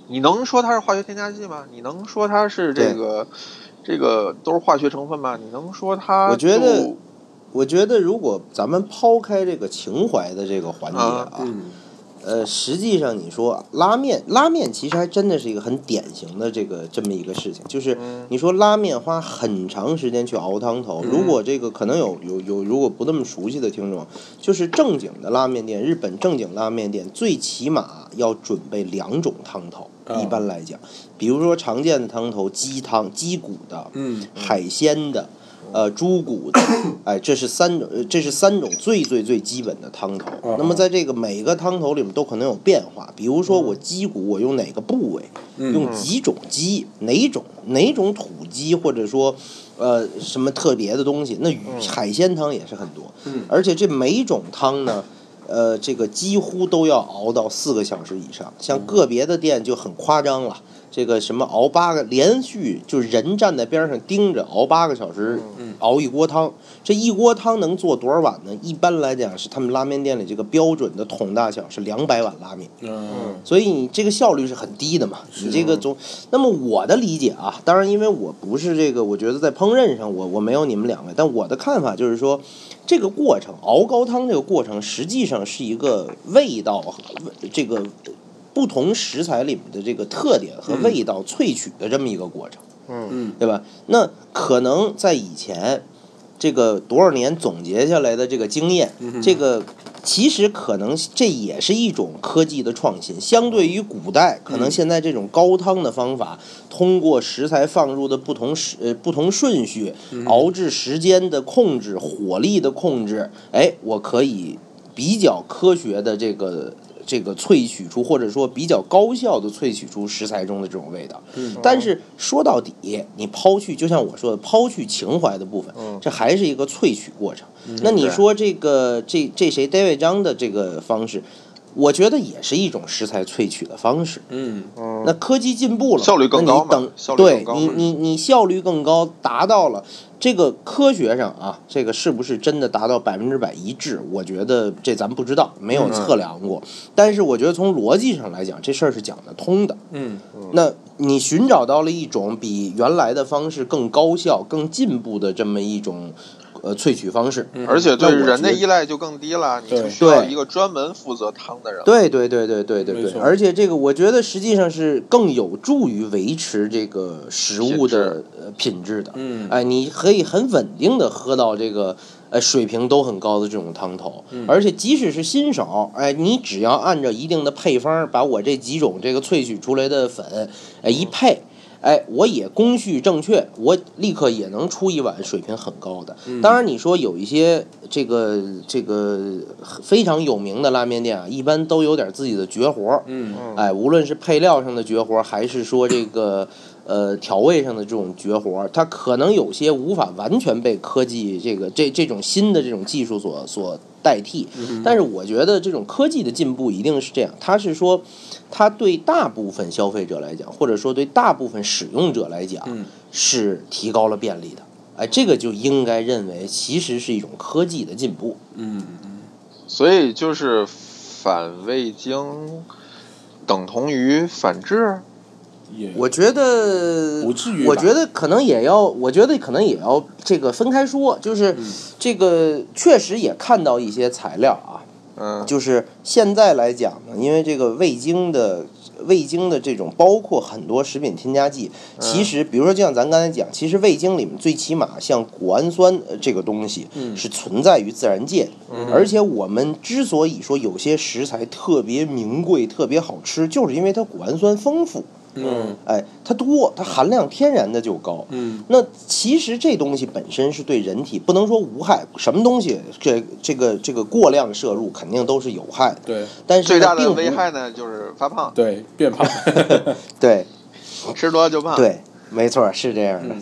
S2: 你能说它是化学添加剂吗？你能说它是这个这个都是化学成分吗？你能说它
S3: 我觉得
S2: 就
S3: 我觉得如果咱们抛开这个情怀的这个环节
S2: 啊
S4: 嗯，
S3: 呃，实际上你说拉面，拉面其实还真的是一个很典型的这个这么一个事情，就是
S2: 嗯
S3: 你说拉面花很长时间去熬汤头，如果这个可能有有有，如果不那么熟悉的听众，就是正经的拉面店，日本正经拉面店最起码要准备两种汤头，
S4: 啊
S3: 一般来讲，比如说常见的汤头，鸡汤、鸡骨的，
S4: 嗯，
S3: 海鲜的，呃，猪骨的，哎，这是三种，呃这是三种最最最基本的汤头
S4: 嗯。
S3: 那么在这个每个汤头里面都可能有变化，比如说
S4: 嗯
S3: 我鸡骨我用哪个部位，用几种鸡，哪种哪种土鸡，或者说。呃，什么特别的东西？那鱼海鲜汤也是很多，
S4: 嗯
S3: 而且这每种汤呢，呃，这个几乎都要熬到四个小时以上，像
S4: 嗯
S3: 个别的店就很夸张了。这个什么熬八个连续，就是人站在边上盯着熬八个小时，熬一锅汤。这一锅汤能做多少碗呢？一般来讲是他们拉面店里这个标准的桶大小是两百碗拉面。
S4: 嗯，
S3: 所以你这个效率是很低的嘛。你这个总，那么我的理解啊，当然因为我不是这个，我觉得在烹饪上我我没有你们两位，但我的看法就是说，这个过程熬高汤这个过程实际上是一个味道和这个不同食材里面的这个特点和味道萃取的这么一个过程。
S4: 嗯
S3: 对吧？那可能在以前，这个多少年总结下来的这个经验，这个其实可能这也是一种科技的创新。相对于古代，可能现在这种高汤的方法，通过食材放入的不同时、呃、不同顺序、熬制时间的控制、火力的控制，哎，我可以比较科学的这个。这个萃取出，或者说比较高效的萃取出食材中的这种味道，但是说到底，你抛去就像我说的，抛去情怀的部分，这还是一个萃取过程。那你说这个这这谁 David 张的这个方式，我觉得也是一种食材萃取的方式。
S4: 嗯
S3: 那科技进步了，
S2: 效率更高嘛
S3: 那你等
S2: 效率更
S3: 对
S2: 高
S3: 你
S2: 嘛
S3: 你你效率更高，达到了这个科学上啊，这个是不是真的达到百分之百一致？我觉得这咱不知道，没有测量
S2: 嗯
S3: 过。但是我觉得从逻辑上来讲，这事儿是讲得通的。
S4: 嗯
S3: 那你寻找到了一种比原来的方式更高效、更进步的这么一种呃萃取方式。
S2: 嗯而且对
S3: 那我
S2: 人的
S3: 觉得
S2: 依赖就更低了，你
S4: 对
S2: 就需要
S3: 对
S2: 一个专门负责汤的人。
S3: 对对对对对对
S4: 没
S3: 对，
S4: 错
S3: 而且这个我觉得实际上是更有助于维持这个食物的呃品质的。
S4: 嗯
S3: 哎，你可以很稳定的喝到这个呃水平都很高的这种汤头，而且即使是新手，哎，你只要按照一定的配方，把我这几种这个萃取出来的粉，哎一配。哎，我也工序正确，我立刻也能出一碗水平很高的。当然，你说有一些这个这个非常有名的拉面店啊，一般都有点自己的绝活儿。
S4: 嗯
S3: 哎，无论是配料上的绝活儿，还是说这个呃调味上的这种绝活儿，它可能有些无法完全被科技这个这这种新的这种技术所所代替。但是我觉得这种科技的进步一定是这样，它是说它对大部分消费者来讲，或者说对大部分使用者来讲，
S4: 嗯
S3: 是提高了便利的。哎，这个就应该认为其实是一种科技的进步。
S4: 嗯
S2: 所以就是反味精等同于反制，
S4: 也
S3: 我觉得
S4: 不至于吧
S3: 我觉得可能也要，我觉得可能也要这个分开说，就是
S4: 嗯
S3: 这个确实也看到一些材料啊，
S2: 嗯，
S3: 就是现在来讲呢，因为这个味精的味精的这种包括很多食品添加剂，其实比如说就像咱刚才讲，其实味精里面最起码像谷氨酸呃这个东西是存在于自然界的，而且我们之所以说有些食材特别名贵、特别好吃，就是因为它谷氨酸丰富。
S4: 嗯
S3: 哎，它多，它含量天然的就高。
S4: 嗯
S3: 那其实这东西本身是对人体不能说无害，什么东西这这个这个过量摄入肯定都是有害的，
S4: 对
S3: 但是
S2: 最
S3: 呢
S2: 大的
S3: 并不
S2: 危害呢就是发胖，
S4: 对变胖
S3: 对
S2: 吃多了就胖。，
S3: 对，没错，是这样的。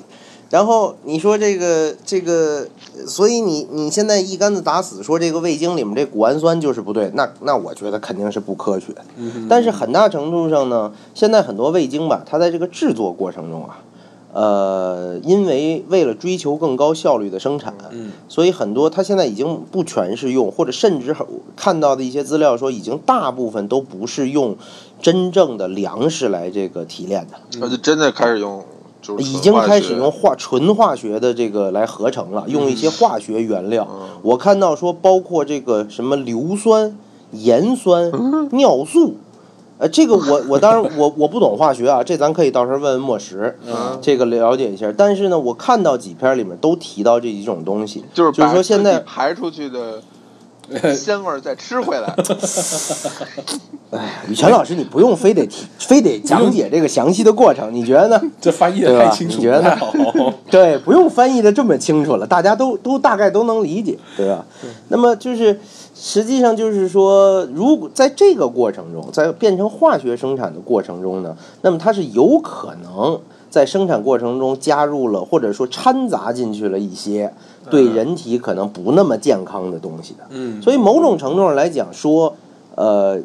S3: 然后你说这个这个，所以你你现在一竿子打死说这个味精里面这谷氨酸就是不对，那那我觉得肯定是不科学的。但是很大程度上呢，现在很多味精吧，它在这个制作过程中啊，呃，因为为了追求更高效率的生产，
S4: 嗯
S3: 所以很多它现在已经不全是用，或者甚至很看到的一些资料说，已经大部分都不是用真正的粮食来这个提炼的了。
S2: 那就真的开始用就是
S3: 已经开始用
S2: 用
S3: 化纯化学的这个来合成了，用一些化学原料。
S2: 嗯
S3: 我看到说，包括这个什么硫酸、盐酸、
S2: 嗯
S3: 尿素，呃，这个我我当然我我不懂化学啊，这咱可以到时候问问莫石，
S4: 嗯
S3: 这个了解一下。但是呢，我看到几篇里面都提到这几种东西，
S2: 就是
S3: 就是
S2: 把
S3: 说现
S2: 自己
S3: 在
S2: 排出去
S3: [LAUGHS]
S2: 的鲜味儿再吃回来，
S3: 哎雨辰老师，你不用非得
S2: [LAUGHS]
S3: 提，非得讲解这个详细的过程，你觉得呢？
S4: 这翻译的太清楚
S3: 对吧
S4: 了
S3: 你觉得。对，不用翻译的这么清楚了，大家都都大概都能理解，对吧？那么就是实际上就是说，如果在这个过程中，在变成化学生产的过程中呢，那么它是有可能在生产过程中加入了或者说掺杂进去了一些对人体可能不那么健康的东西的。
S4: 嗯，
S3: 所以某种程度上来讲说，呃，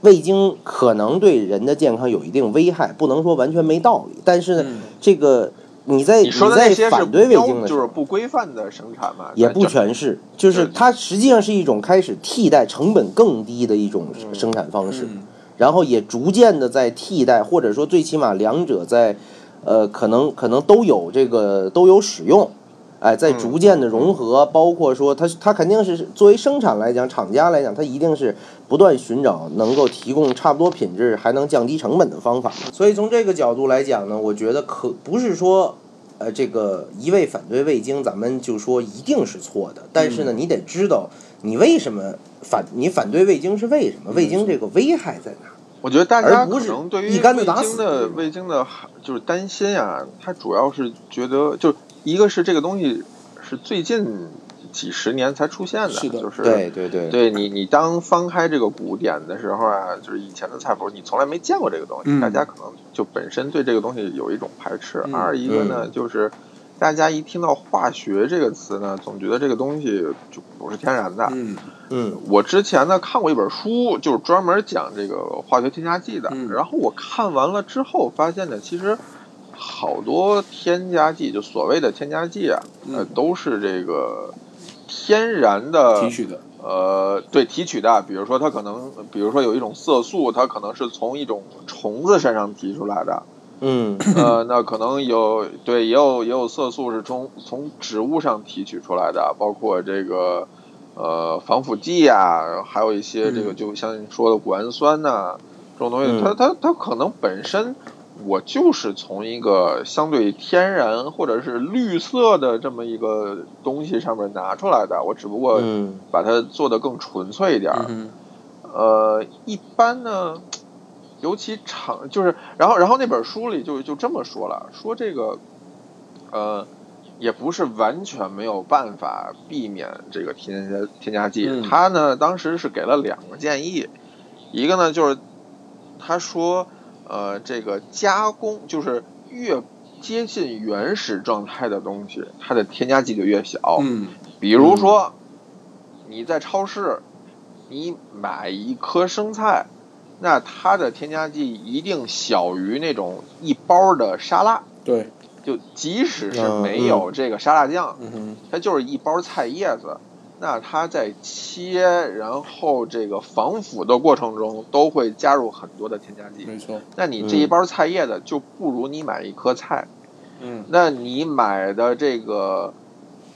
S3: 味精可能对人的健康有一定危害，不能说完全没道理。但是呢，
S4: 嗯
S3: 这个你在
S2: 你说的那
S3: 在
S2: 些是
S3: 反对味
S2: 标
S3: 精的时
S2: 就是
S3: 候，
S2: 不规范的生产嘛，
S3: 也
S2: 咱
S3: 不
S2: 整
S3: 全是，就是
S2: 对
S3: 它实际上是一种开始替代成本更低的一种生产方式，
S4: 嗯
S3: 然后也逐渐的在替代，或者说最起码两者在，呃，可能可能都有这个都有使用。哎，在逐渐的融合，包括说它它肯定是作为生产来讲，厂家来讲，它一定是不断寻找能够提供差不多品质还能降低成本的方法。所以从这个角度来讲呢，我觉得可不是说。呃，这个一味反对味精，咱们就说一定是错的。但是呢，你得知道你为什么反，你反对味精是为什么？味精这个危害在哪？
S2: 我觉得大家
S3: 而不
S2: 可
S3: 是
S2: 能对于
S3: 一
S2: 味
S3: 竿子打死
S2: 精的味精的，就是担心啊，他主要是觉得，就一个是这个东西是最近几十年才出现的，
S4: 是的
S2: 就是
S3: 对对对，
S2: 对你，你当翻开这个古典的时候啊，就是以前的菜谱，你从来没见过这个东西，
S4: 嗯
S2: 大家可能就本身对这个东西有一种排斥。
S4: 嗯
S2: 二一个呢，就是大家一听到化学这个词呢，总觉得这个东西就不是天然的。
S4: 嗯
S3: 嗯
S2: 我之前呢看过一本书，就是专门讲这个化学添加剂的。
S4: 嗯
S2: 然后我看完了之后，发现呢，其实好多添加剂，就所谓的添加剂啊，呃
S4: 嗯，
S2: 都是这个天然的
S4: 提取的，
S2: 呃，对，提取的，比如说它可能，比如说有一种色素，它可能是从一种虫子身上提出来的，
S3: 嗯
S2: 呃，那可能有对，也有也有色素是从从植物上提取出来的，包括这个呃防腐剂啊，还有一些这个
S4: 嗯
S2: 就像你说的谷氨酸呐、这种东西，
S3: 嗯
S2: 它它它可能本身我就是从一个相对天然或者是绿色的这么一个东西上面拿出来的，我只不过
S3: 嗯
S2: 把它做得更纯粹一点儿。
S4: 嗯
S2: 呃，一般呢，尤其厂就是，然后然后那本书里就就这么说了，说这个，呃，也不是完全没有办法避免这个添加添加剂。
S4: 嗯
S2: 他呢当时是给了两个建议，一个呢就是他说，呃，这个加工就是越接近原始状态的东西，它的添加剂就越小。
S4: 嗯
S2: 比如说，你在超市，你买一颗生菜，那它的添加剂一定小于那种一包的沙拉。
S4: 对，
S2: 就即使是
S3: 嗯
S2: 没有这个沙拉酱，
S4: 嗯哼，
S2: 它就是一包菜叶子。那它在切，然后这个防腐的过程中，都会加入很多的添加剂。
S4: 没错，
S2: 那你这一包菜叶子就不如你买一颗菜。
S4: 嗯
S2: 那你买的这个，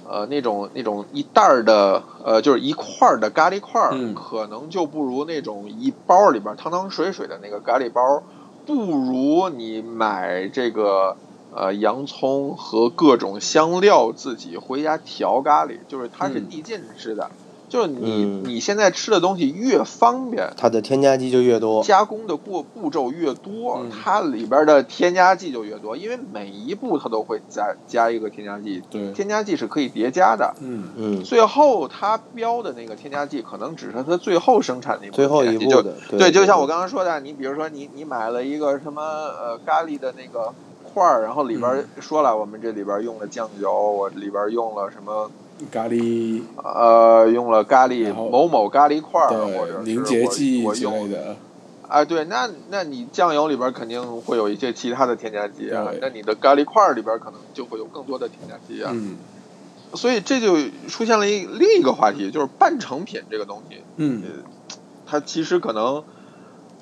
S2: 呃，那种那种一袋儿的，呃，就是一块儿的咖喱块儿，
S4: 嗯
S2: 可能就不如那种一包里边儿汤汤水水的那个咖喱包，不如你买这个呃洋葱和各种香料自己回家调咖喱，就是它是
S4: 嗯
S2: 递进式的，就是你、
S3: 嗯
S2: 你现在吃的东西越方便，
S3: 它的添加剂就越多。
S2: 加工的过步骤越多，
S4: 嗯
S2: 它里边的添加剂就越多，因为每一步它都会加加一个添加剂，
S4: 对，
S2: 添加剂是可以叠加的。
S4: 嗯
S3: 嗯，
S2: 最后它标的那个添加剂，可能只是它最后生产那
S3: 最后一步的，
S2: 就
S3: 对，
S2: 就像
S4: 嗯
S2: 我刚刚说的，你比如说你你买了一个什么呃咖喱的那个块儿，然后里边说了、我们这里边用了酱油，我里边用了什么
S4: 咖喱，
S2: 呃用了咖喱
S4: 然后
S2: 某某咖喱块儿，或者
S4: 对，
S2: 是
S4: 凝结剂
S2: 我我
S4: 之
S2: 用
S4: 类的，
S2: 啊，对，那那你酱油里边肯定会有一些其他的添加剂啊
S4: 对，
S2: 那你的咖喱块儿里边可能就会有更多的添加剂啊，
S4: 嗯
S2: 所以这就出现了一另一个话题，就是半成品这个东西，
S4: 嗯
S2: 呃，它其实可能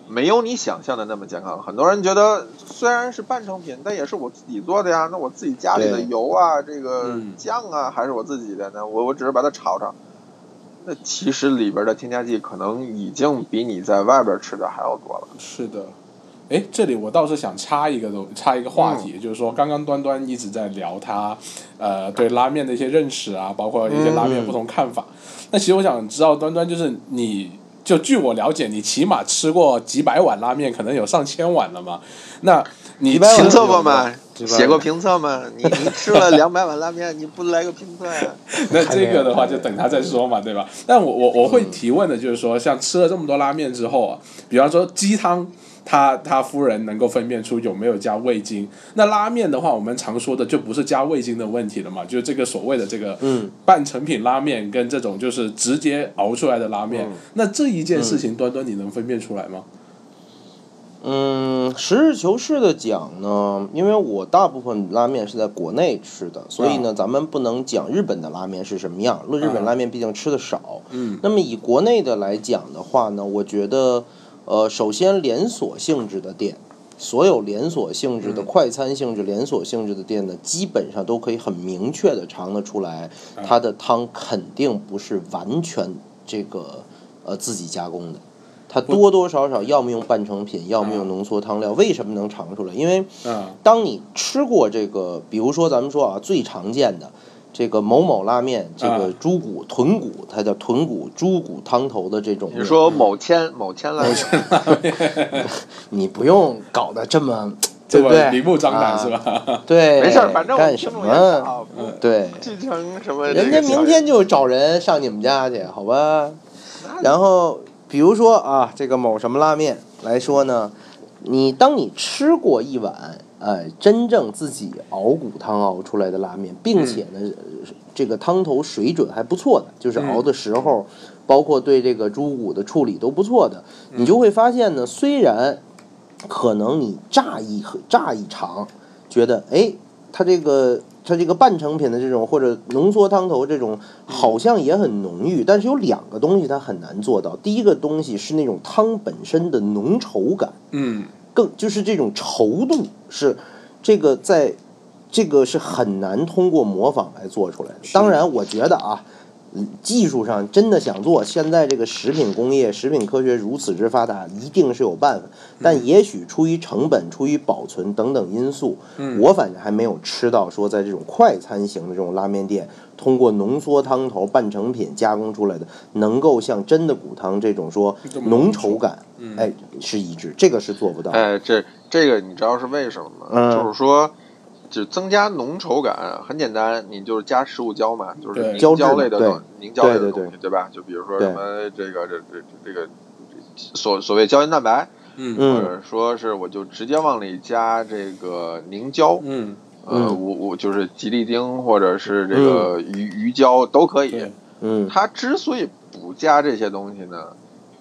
S2: 没有你想象的那么健康。很多人觉得虽然是半成品，但也是我自己做的呀，那我自己家里的
S3: 对
S2: 油啊，这个
S4: 嗯
S2: 酱啊，还是我自己的呢，我我只是把它炒炒。那其实里边的添加剂可能已经比你在外边吃的还要多了。
S4: 是的，哎，这里我倒是想插一个东，插一个话
S3: 嗯
S4: 题，就是说刚刚端端一直在聊他，呃，对拉面的一些认识啊，包括
S3: 嗯
S4: 一些拉面不同看法。那其实我想知道，端端就是你。就据我了解，你起码吃过几百碗拉面，可能有上千碗了嘛？那你
S3: 几百碗
S2: 评
S4: 吃
S2: 测过吗？
S3: 对吧
S2: 写过评测吗？ [LAUGHS] 你你吃了两百碗拉面，你不来个评测啊呀？
S4: [LAUGHS] 那这个的话就等他再说嘛，对吧？但我我我会提问的就是说，像吃了这么多拉面之后啊，比方说鸡汤，他他夫人能够分辨出有没有加味精。那拉面的话，我们常说的就不是加味精的问题了嘛，就是这个所谓的这个
S3: 嗯
S4: 半成品拉面跟这种就是直接熬出来的拉面，那这一件事情，端端你能分辨出来吗？
S3: 嗯，实事求是的讲呢，因为我大部分拉面是在国内吃的，所以呢，咱们不能讲日本的拉面是什么样。论日本
S4: 啊
S3: 拉面，毕竟吃的少。
S4: 嗯
S3: 那么以国内的来讲的话呢，我觉得，呃，首先连锁性质的店，所有连锁性质的、快餐性质、连锁性质的店呢，基本上都可以很明确的尝得出来，它的汤肯定不是完全这个呃自己加工的。它多多少少要么用半成品，要么用浓缩汤料。为什么能尝出来？因为
S4: 嗯
S3: 当你吃过这个，比如说咱们说啊，最常见的这个某某拉面，这个
S4: 啊
S3: 猪骨、豚骨，它叫豚骨、猪骨汤头的这种，
S2: [LAUGHS] 你说某千某千 [LAUGHS] 拉面，
S3: 你不用搞得这么，
S4: 这
S3: 对不对？
S4: 么明目张胆、
S3: 啊
S4: 是？吧？
S3: 对，
S2: 没事儿，反正我
S3: 干
S2: 们
S3: 什
S2: 听众也
S3: 么？
S2: 少，不
S3: 对，
S2: 继承什么这个
S3: 人
S2: 小？
S3: 家明天就找人上你们家去，好吧？然后比如说啊，这个某什么拉面来说呢，你当你吃过一碗呃真正自己熬骨汤熬出来的拉面，
S4: 嗯
S3: 并且呢、呃这个汤头水准还不错的，就是熬的时候，包括对这个猪骨的处理都不错的，你就会发现呢，虽然可能你乍一乍一尝觉得哎，它这个。它这个半成品的这种或者浓缩汤头这种，好像也很浓郁，但是有两个东西它很难做到。第一个东西是那种汤本身的浓稠感，
S4: [LAUGHS] 嗯
S3: 更就是这种稠度是这个在这个是很难通过模仿来做出来的。当然，我觉得啊，嗯技术上真的想做，现在这个食品工业、食品科学如此之发达，一定是有办法。
S4: 嗯
S3: 但也许出于成本、出于保存等等因素，
S4: 嗯
S3: 我反正还没有吃到说在这种快餐型的这种拉面店。通过浓缩汤头、半成品加工出来的，能够像真的骨汤这种说
S4: 这么浓
S3: 浓
S4: 稠
S3: 稠感，
S4: 嗯
S3: 哎，是一致，这个是做不到的。
S2: 哎，这这个你知道是为什么吗？
S3: 嗯
S2: 就是说，就增加浓稠感很简单，你就是加食物胶嘛，就是
S4: 对
S2: 凝
S3: 胶质
S2: 胶
S3: 嘛
S2: 类的
S3: 对
S2: 东凝胶类的
S3: 对对
S2: 东西，对吧？就比如说
S3: 对
S2: 什么这个这这这这个所所谓胶原蛋白，
S4: 嗯
S2: 或
S3: 嗯
S2: 者说是我就直接往里加这个凝胶，
S4: 嗯，
S2: 呃，
S3: 嗯
S2: 我我就是吉利丁或者是这个鱼鱼胶都可以
S4: 对。
S3: 嗯
S2: 它之所以不加这些东西呢，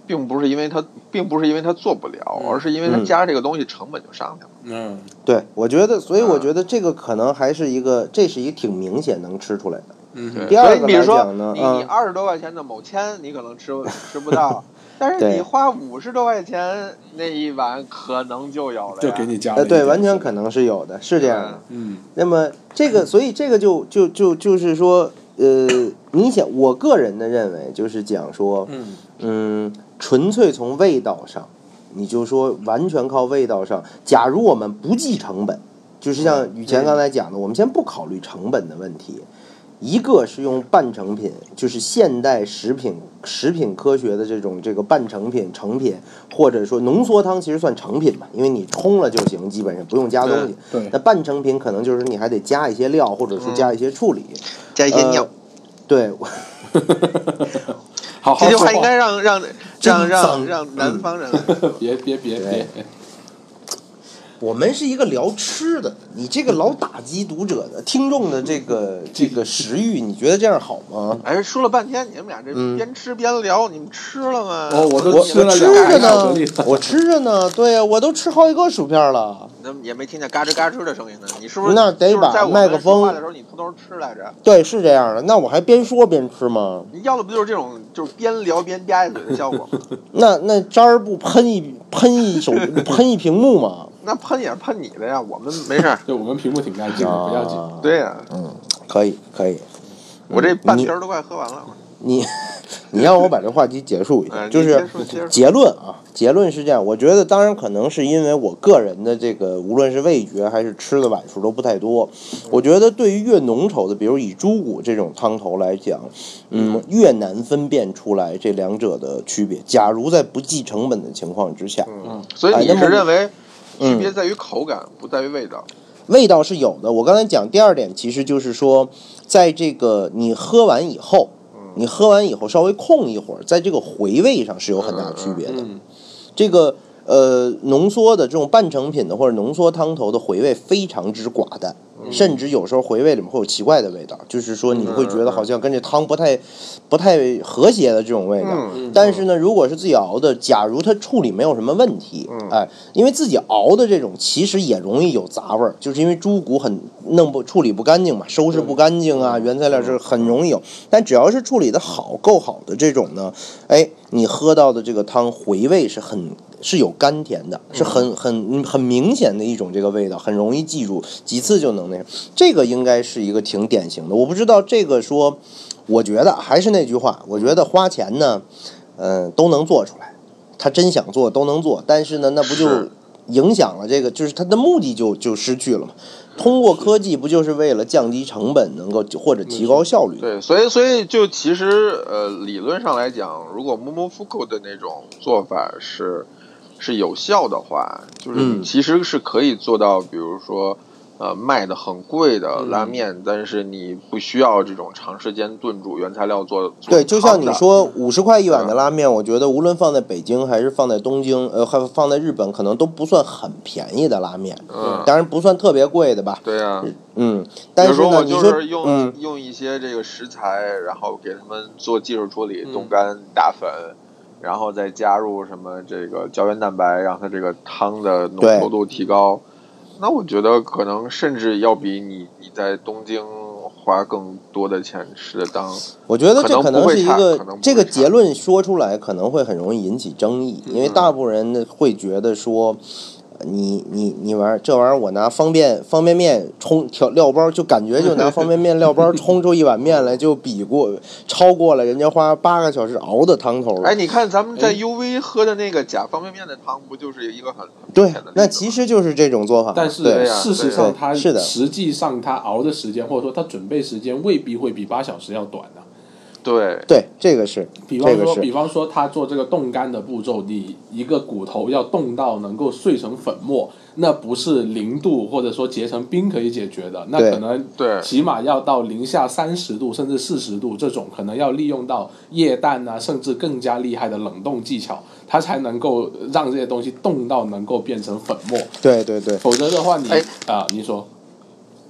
S2: 并不是因为它并不是因为它做不了，
S4: 嗯
S2: 而是因为它
S3: 嗯
S2: 加这个东西成本就上去了。
S4: 嗯，
S3: 对，我觉得，所以我
S2: 嗯
S3: 觉得这个可能还是一个，这是一个挺明显能吃出来的。
S4: 嗯
S2: 对
S4: 哼，
S3: 第二
S2: 所以
S3: 个
S2: 比如
S3: 来
S2: 说
S3: 讲呢
S2: 你
S3: 嗯
S2: 你二十多块钱的某千，你可能吃不吃不到，但是
S3: 对
S2: 你花五十多块钱那一碗可能就有了呀。
S4: 就给你加了
S3: 呃，
S4: 一点
S3: 对，
S4: 是吧，
S3: 完全可能是有的，是这样的。
S4: 嗯
S3: 那么这个，所以这个就就就就是说，呃，你想，我个人的认为就是讲说，
S4: 嗯
S3: 嗯，纯粹从味道上，你就说完全靠味道上。假如我们不计成本，就是像雨前刚才讲的，我们先不考虑成本的问题。一个是用半成品，就是现代食品食品科学的这种这个半成品、成品，或者说浓缩汤其实算成品嘛，因为你冲了就行，基本上不用加东西。
S4: 对
S3: 那半成品可能就是你还得加一些料，或者是加一些处理。
S2: 加一
S4: 呃
S3: 些尿。对，我
S4: 好好
S2: 这句
S4: 说
S2: 话应该让让让
S3: 真
S2: 让
S4: 嗯
S3: 脏
S4: [LAUGHS]
S2: 让南方人来说。
S4: 别别别别，
S3: 我们是一个聊吃的，你这个老打击读者的听众的这
S4: [LAUGHS]
S3: 个这个食欲，你觉得这样好吗？
S2: 哎，说了半天，你们俩这
S3: 嗯
S2: 边吃边聊，你们吃了吗？
S4: 哦我都
S3: 我我
S4: 吃了
S3: 吃
S4: 两
S3: 着
S4: 个巧克力
S3: 呢，我吃着呢，对呀、啊我都吃好几个薯片了。
S2: 那也没听见嘎吱嘎吱的声音呢。你是不是
S3: 那得
S2: 就是
S3: 把
S2: 在我
S3: 麦克
S2: 们说话
S3: 风
S2: 的时候，你偷偷吃来着？
S3: 对，是这样的。那我还边说边吃吗？
S2: 你要的不就是这种就是边聊边吧唧嘴的效果吗？ [LAUGHS]
S3: 那那渣儿不喷一喷一
S4: [LAUGHS]
S3: 手喷一屏幕吗？
S2: 那喷也是喷你的呀，我们没事儿。
S4: 对我们屏幕挺干净的，不要紧。
S3: 啊，
S2: 对呀、
S3: 嗯，可以可以。
S2: 我这半
S3: 嗯你
S2: 瓶儿都快喝完了。
S3: 你 [LAUGHS] 你让我把这话题结束一下，
S4: 啊
S2: 哎
S3: 就
S2: 你
S3: 是
S2: 接着说接着说
S3: 结论啊，结论是这样。我觉得当然可能是因为我个人的这个，无论是味觉还是吃的碗数都不太多。我觉得对于越浓稠的，比如以猪骨这种汤头来讲，嗯，越难分辨出来这两者的区别。假如在不计成本的情况之下，
S2: 嗯，所以
S3: 哎
S2: 你
S3: 那
S2: 是
S3: 么
S2: 认为区
S3: 嗯
S2: 别在于口感，不在于味道？
S3: 味道是有的。我刚才讲第二点，其实就是说，在这个你喝完以后，你喝完以后稍微空一会儿，在这个回味上是有很大区别的。
S4: 嗯，
S3: 这个呃浓缩的这种半成品的或者浓缩汤头的回味非常之寡淡，
S2: 嗯
S3: 甚至有时候回味里面会有奇怪的味道，就是说你会觉得好像跟这汤不太不太和谐的这种味道。
S2: 嗯
S3: 但是呢，如果是自己熬的，假如它处理没有什么问题，
S2: 嗯
S3: 哎，因为自己熬的这种其实也容易有杂味儿，就是因为猪骨很弄不处理不干净嘛，收拾不干净啊，
S2: 嗯
S3: 原材料是很容易有。但只要是处理的好、够好的这种呢，哎，你喝到的这个汤回味是很。是有甘甜的，是很很很明显的一种这个味道，很容易记住，几次就能那什么。这个应该是一个挺典型的。我不知道这个说，我觉得还是那句话，我觉得花钱呢，嗯、都能做出来，他真想做都能做，但是呢，那不就是影响了这个，就是他的目的就就失去了嘛。通过科技不就是为了降低成本，能够或者提高效率？
S2: 对，所以所以就其实呃，理论上来讲，如果 m o m o f u k o 的那种做法是是有效的话，就是
S3: 嗯
S2: 你其实是可以做到，比如说呃卖的很贵的
S3: 嗯
S2: 拉面，但是你不需要这种长时间炖煮原材料做。做
S3: 对，就像你
S2: 汤的，
S3: 说五十块一碗的拉面，我觉得无论放在北京还是放在东京，呃，还放在日本，可能都不算很便宜的拉面，
S2: 嗯，
S3: 当然不算特别贵的吧。
S2: 对啊呀、
S3: 嗯，但
S2: 比
S3: 是
S2: 如说
S3: 呢，
S2: 我
S3: 你
S2: 就是用、
S3: 嗯，
S2: 用一些这个食材，然后给他们做技术处理，冻干、打粉，然后再加入什么这个胶原蛋白，让它这个汤的浓稠度提高。那我觉得可能甚至要比你你在东京花更多的钱吃的当
S3: 我觉得这
S2: 可能不
S3: 能
S2: 会
S3: 是一
S2: 差
S3: 个
S2: 可能不会
S3: 这个
S2: 差嗯
S3: 结论说出来可能会很容易引起争议，因为大部分人呢会觉得说。呃你你你玩这玩意儿，我拿方便方便面冲调料包，就感觉就拿方便面料包冲出一碗面来，就比过超过了人家花八个小时熬的汤头了。
S2: 哎，你看咱们在 UV 喝的那个假方便面的汤，不就是一个很很明
S3: 对
S2: 显的例子吗，
S3: 那其实就是这种做法。
S4: 但是
S3: 对
S2: 呀
S4: 事实
S3: 对呀
S4: 上，它
S3: 是的
S4: 实际上它熬的时间，或者说它准备时间，未必会比八小时要短啊的、
S2: 对
S3: 对，这个是
S4: 比方
S3: 这个
S4: 说，
S3: 是
S4: 比方说他做这个冻干的步骤，你一个骨头要冻到能够碎成粉末，那不是零度或者说结成冰可以解决的，那
S3: 对
S4: 可能
S2: 对
S4: 起码要到零下三十度甚至四十度这种，可能要利用到液氮啊，甚至更加厉害的冷冻技巧，它才能够让这些东西冻到能够变成粉末，
S3: 对对对，
S4: 否则的话你啊
S2: 哎、
S4: 你说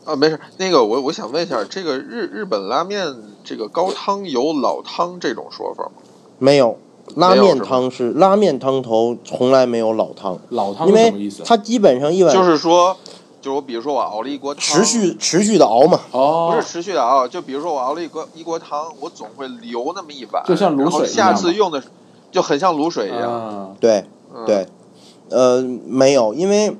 S2: 啊，没事，那个我我想问一下，这个日日本拉面这个高汤有老汤这种说法吗？
S3: 没有拉
S2: 没有
S3: 面
S2: 是吗
S3: 汤是拉面汤头，从来没有老汤。
S4: 老汤
S3: 因
S4: 是
S3: 为
S4: 什么意思？啊
S3: 它基本上一碗
S2: 就是说，就是我比如说我熬了一锅汤，
S3: 持续持续的熬嘛，
S2: 不
S4: 哦
S2: 是，持续的熬，就比如说我熬了一锅一锅汤，我总会留那么一碗，
S4: 就像卤
S2: 然后
S4: 水一
S2: 下
S4: 样嘛
S2: 次用的时就很像卤水一样。
S4: 啊，
S3: 对
S2: 嗯
S3: 对，呃，没有，因为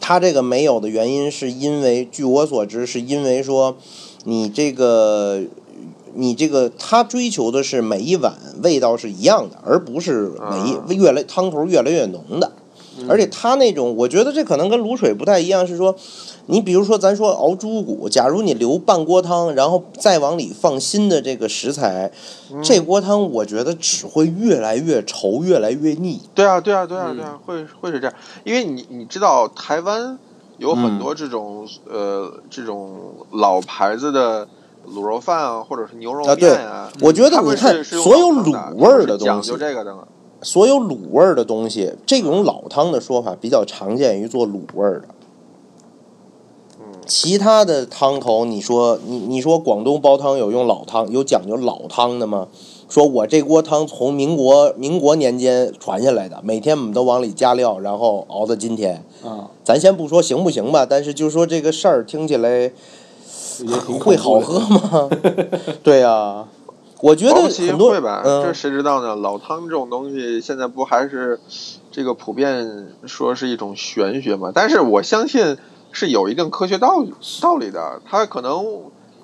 S3: 它这个没有的原因是因为，据我所知，是因为说你这个你这个他追求的是每一碗味道是一样的，而不是每一、
S2: 啊
S3: 越来汤头越来越浓的。而且他那种，我觉得这可能跟卤水不太一样，是说，你比如说咱说熬猪骨，假如你留半锅汤，然后再往里放新的这个食材，这锅汤我觉得只会越来越稠，越来越腻。
S2: 对啊，对啊，对啊，
S4: 嗯
S2: 对啊，会会是这样，因为你你知道台湾有很
S3: 嗯
S2: 多这种、呃这种老牌子的卤肉饭啊，或者是牛肉
S3: 啊对
S2: 面啊，
S3: 我觉得
S2: 他
S3: 你
S2: 们
S3: 看
S2: 是是用
S3: 所有
S2: 老汤的
S3: 卤味儿的
S2: 讲
S3: 东西
S2: 究这个的嘛。
S3: 所有卤味儿的东西，这种老汤的说法比较常见于做卤味儿的。其他的汤头，你说你你说广东煲汤有用老汤，有讲究老汤的吗？说我这锅汤从民国民国年间传下来的，每天我们都往里加料，然后熬到今天。
S4: 啊，
S3: 咱先不说行不行吧，但是就说这个事儿听起来
S4: 也挺恐怖的
S3: 会好喝。
S2: [LAUGHS]
S3: 吗？对呀、我觉得
S2: 保不齐
S3: 很多
S2: 会吧，这
S3: 嗯，
S2: 谁知道呢？老汤这种东西现在不还是这个普遍说是一种玄学嘛？但是我相信是有一定科学道道理的。它可能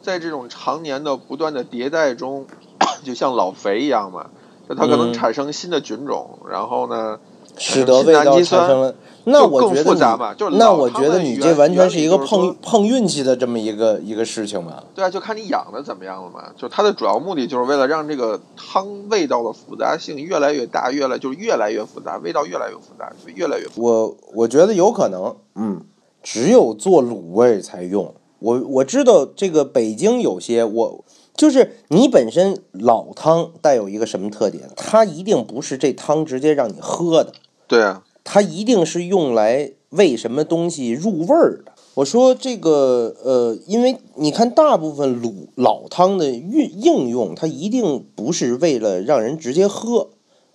S2: 在这种常年的不断的迭代中， [COUGHS] 就像老肥一样嘛，就它可能
S3: 嗯
S2: 产生新的菌种，然后呢，
S3: 使得味
S2: 是氨
S3: 道
S2: 基
S3: 产
S2: 酸
S3: 生了。那
S2: 就
S3: 我
S2: 更
S3: 觉
S2: 复杂
S3: 得
S2: 嘛。就是
S3: 你，那
S2: 老
S3: 我
S2: 汤
S3: 觉得
S2: 的
S3: 你
S2: 原
S3: 这完全是一个
S2: 原理就是
S3: 碰
S2: 说
S3: 碰运气的这么一个一个事情吧。
S2: 对啊，就看你养的怎么样了嘛。就它的主要目的就是为了让这个汤味道的复杂性越来越大，越来就是越来越复杂，味道越来越复杂，就越来越复
S3: 我我觉得有可能，嗯，只有做卤味才用。我我知道这个北京有些我就是你本身老汤带有一个什么特点，它一定不是这汤直接让你喝的，
S2: 对啊，
S3: 它一定是用来为什么东西入味儿的。我说这个呃，因为你看大部分卤老汤的运应用，它一定不是为了让人直接喝，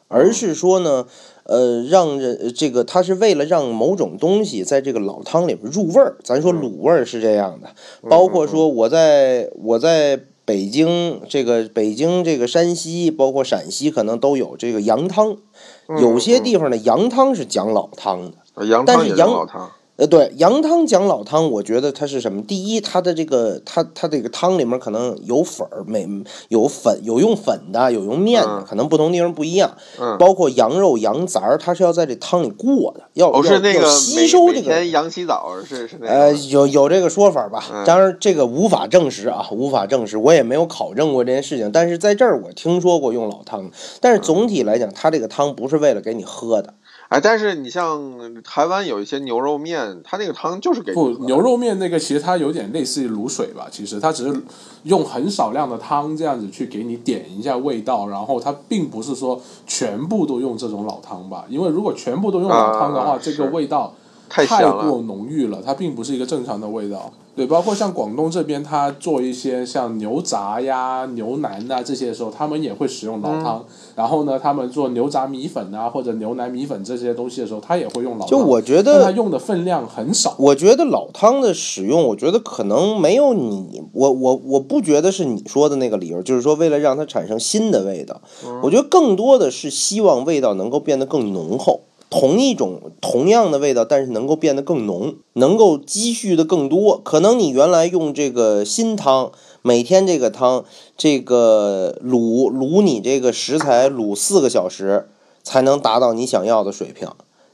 S3: 而是说呢，呃，让人呃这个它是为了让某种东西在这个老汤里边入味儿。咱说卤味儿是这样的，包括说我在我在北京这个北京这个山西，包括陕西，可能都有这个羊汤。
S2: 嗯
S3: 有些地方的羊汤是讲老汤的，
S2: 呃羊
S3: 但
S2: 汤
S3: 是
S2: 也是
S3: 羊
S2: 老汤，
S3: 呃，对，羊汤讲老汤，我觉得它是什么？第一，它的这个它它这个汤里面可能有粉儿，每有粉有用粉的，有用面的，
S2: 嗯
S3: 可能不同地方不一样。
S2: 嗯，
S3: 包括羊肉、羊杂儿，它是要在这汤里过的，要、
S2: 哦，
S3: 要
S2: 是那个
S3: 要
S2: 每
S3: 吸收
S2: 每
S3: 这个。
S2: 天羊洗澡是是那
S3: 呃，
S2: 个吗，
S3: 有有这个说法吧，
S2: 嗯
S3: 当然这个无法证实啊，无法证实，我也没有考证过这件事情。但是在这儿我听说过用老汤，但是
S2: 嗯
S3: 总体来讲，它这个汤不是为了给你喝的，
S2: 哎，但是你像台湾有一些牛肉面，它那个汤就是给你
S4: 不
S2: 喝，的
S4: 牛肉面那个其实它有点类似于卤水吧，其实它只是用很少量的汤这样子去给你点一下味道，然后它并不是说全部都用这种老汤吧，因为如果全部都用老汤的话，
S2: 啊
S4: 这个
S2: 是
S4: 味道
S2: 太
S4: 太
S2: 咸
S4: 过
S2: 了，
S4: 浓郁了，它并不是一个正常的味道。对，包括像广东这边，它做一些像牛杂呀、牛腩啊这些的时候，他们也会使用老汤。然后呢，他们做牛杂米粉啊或者牛腩米粉这些东西的时候，他也
S2: 哦
S4: 会用老汤。
S3: 就我觉
S4: 但
S3: 得
S4: 它用的分量很少。
S3: 我觉得老汤的使用，我觉得可能没有你，我我我不觉得是你说的那个理由，就是说为了让它产生新的味道，我觉得更多的是希望味道能够变得更浓厚。同一种同样的味道，但是能够变得更浓，能够积蓄的更多。可能你原来用这个新汤，每天这个汤，这个卤卤你这个食材卤四个小时，才能达到你想要的水平。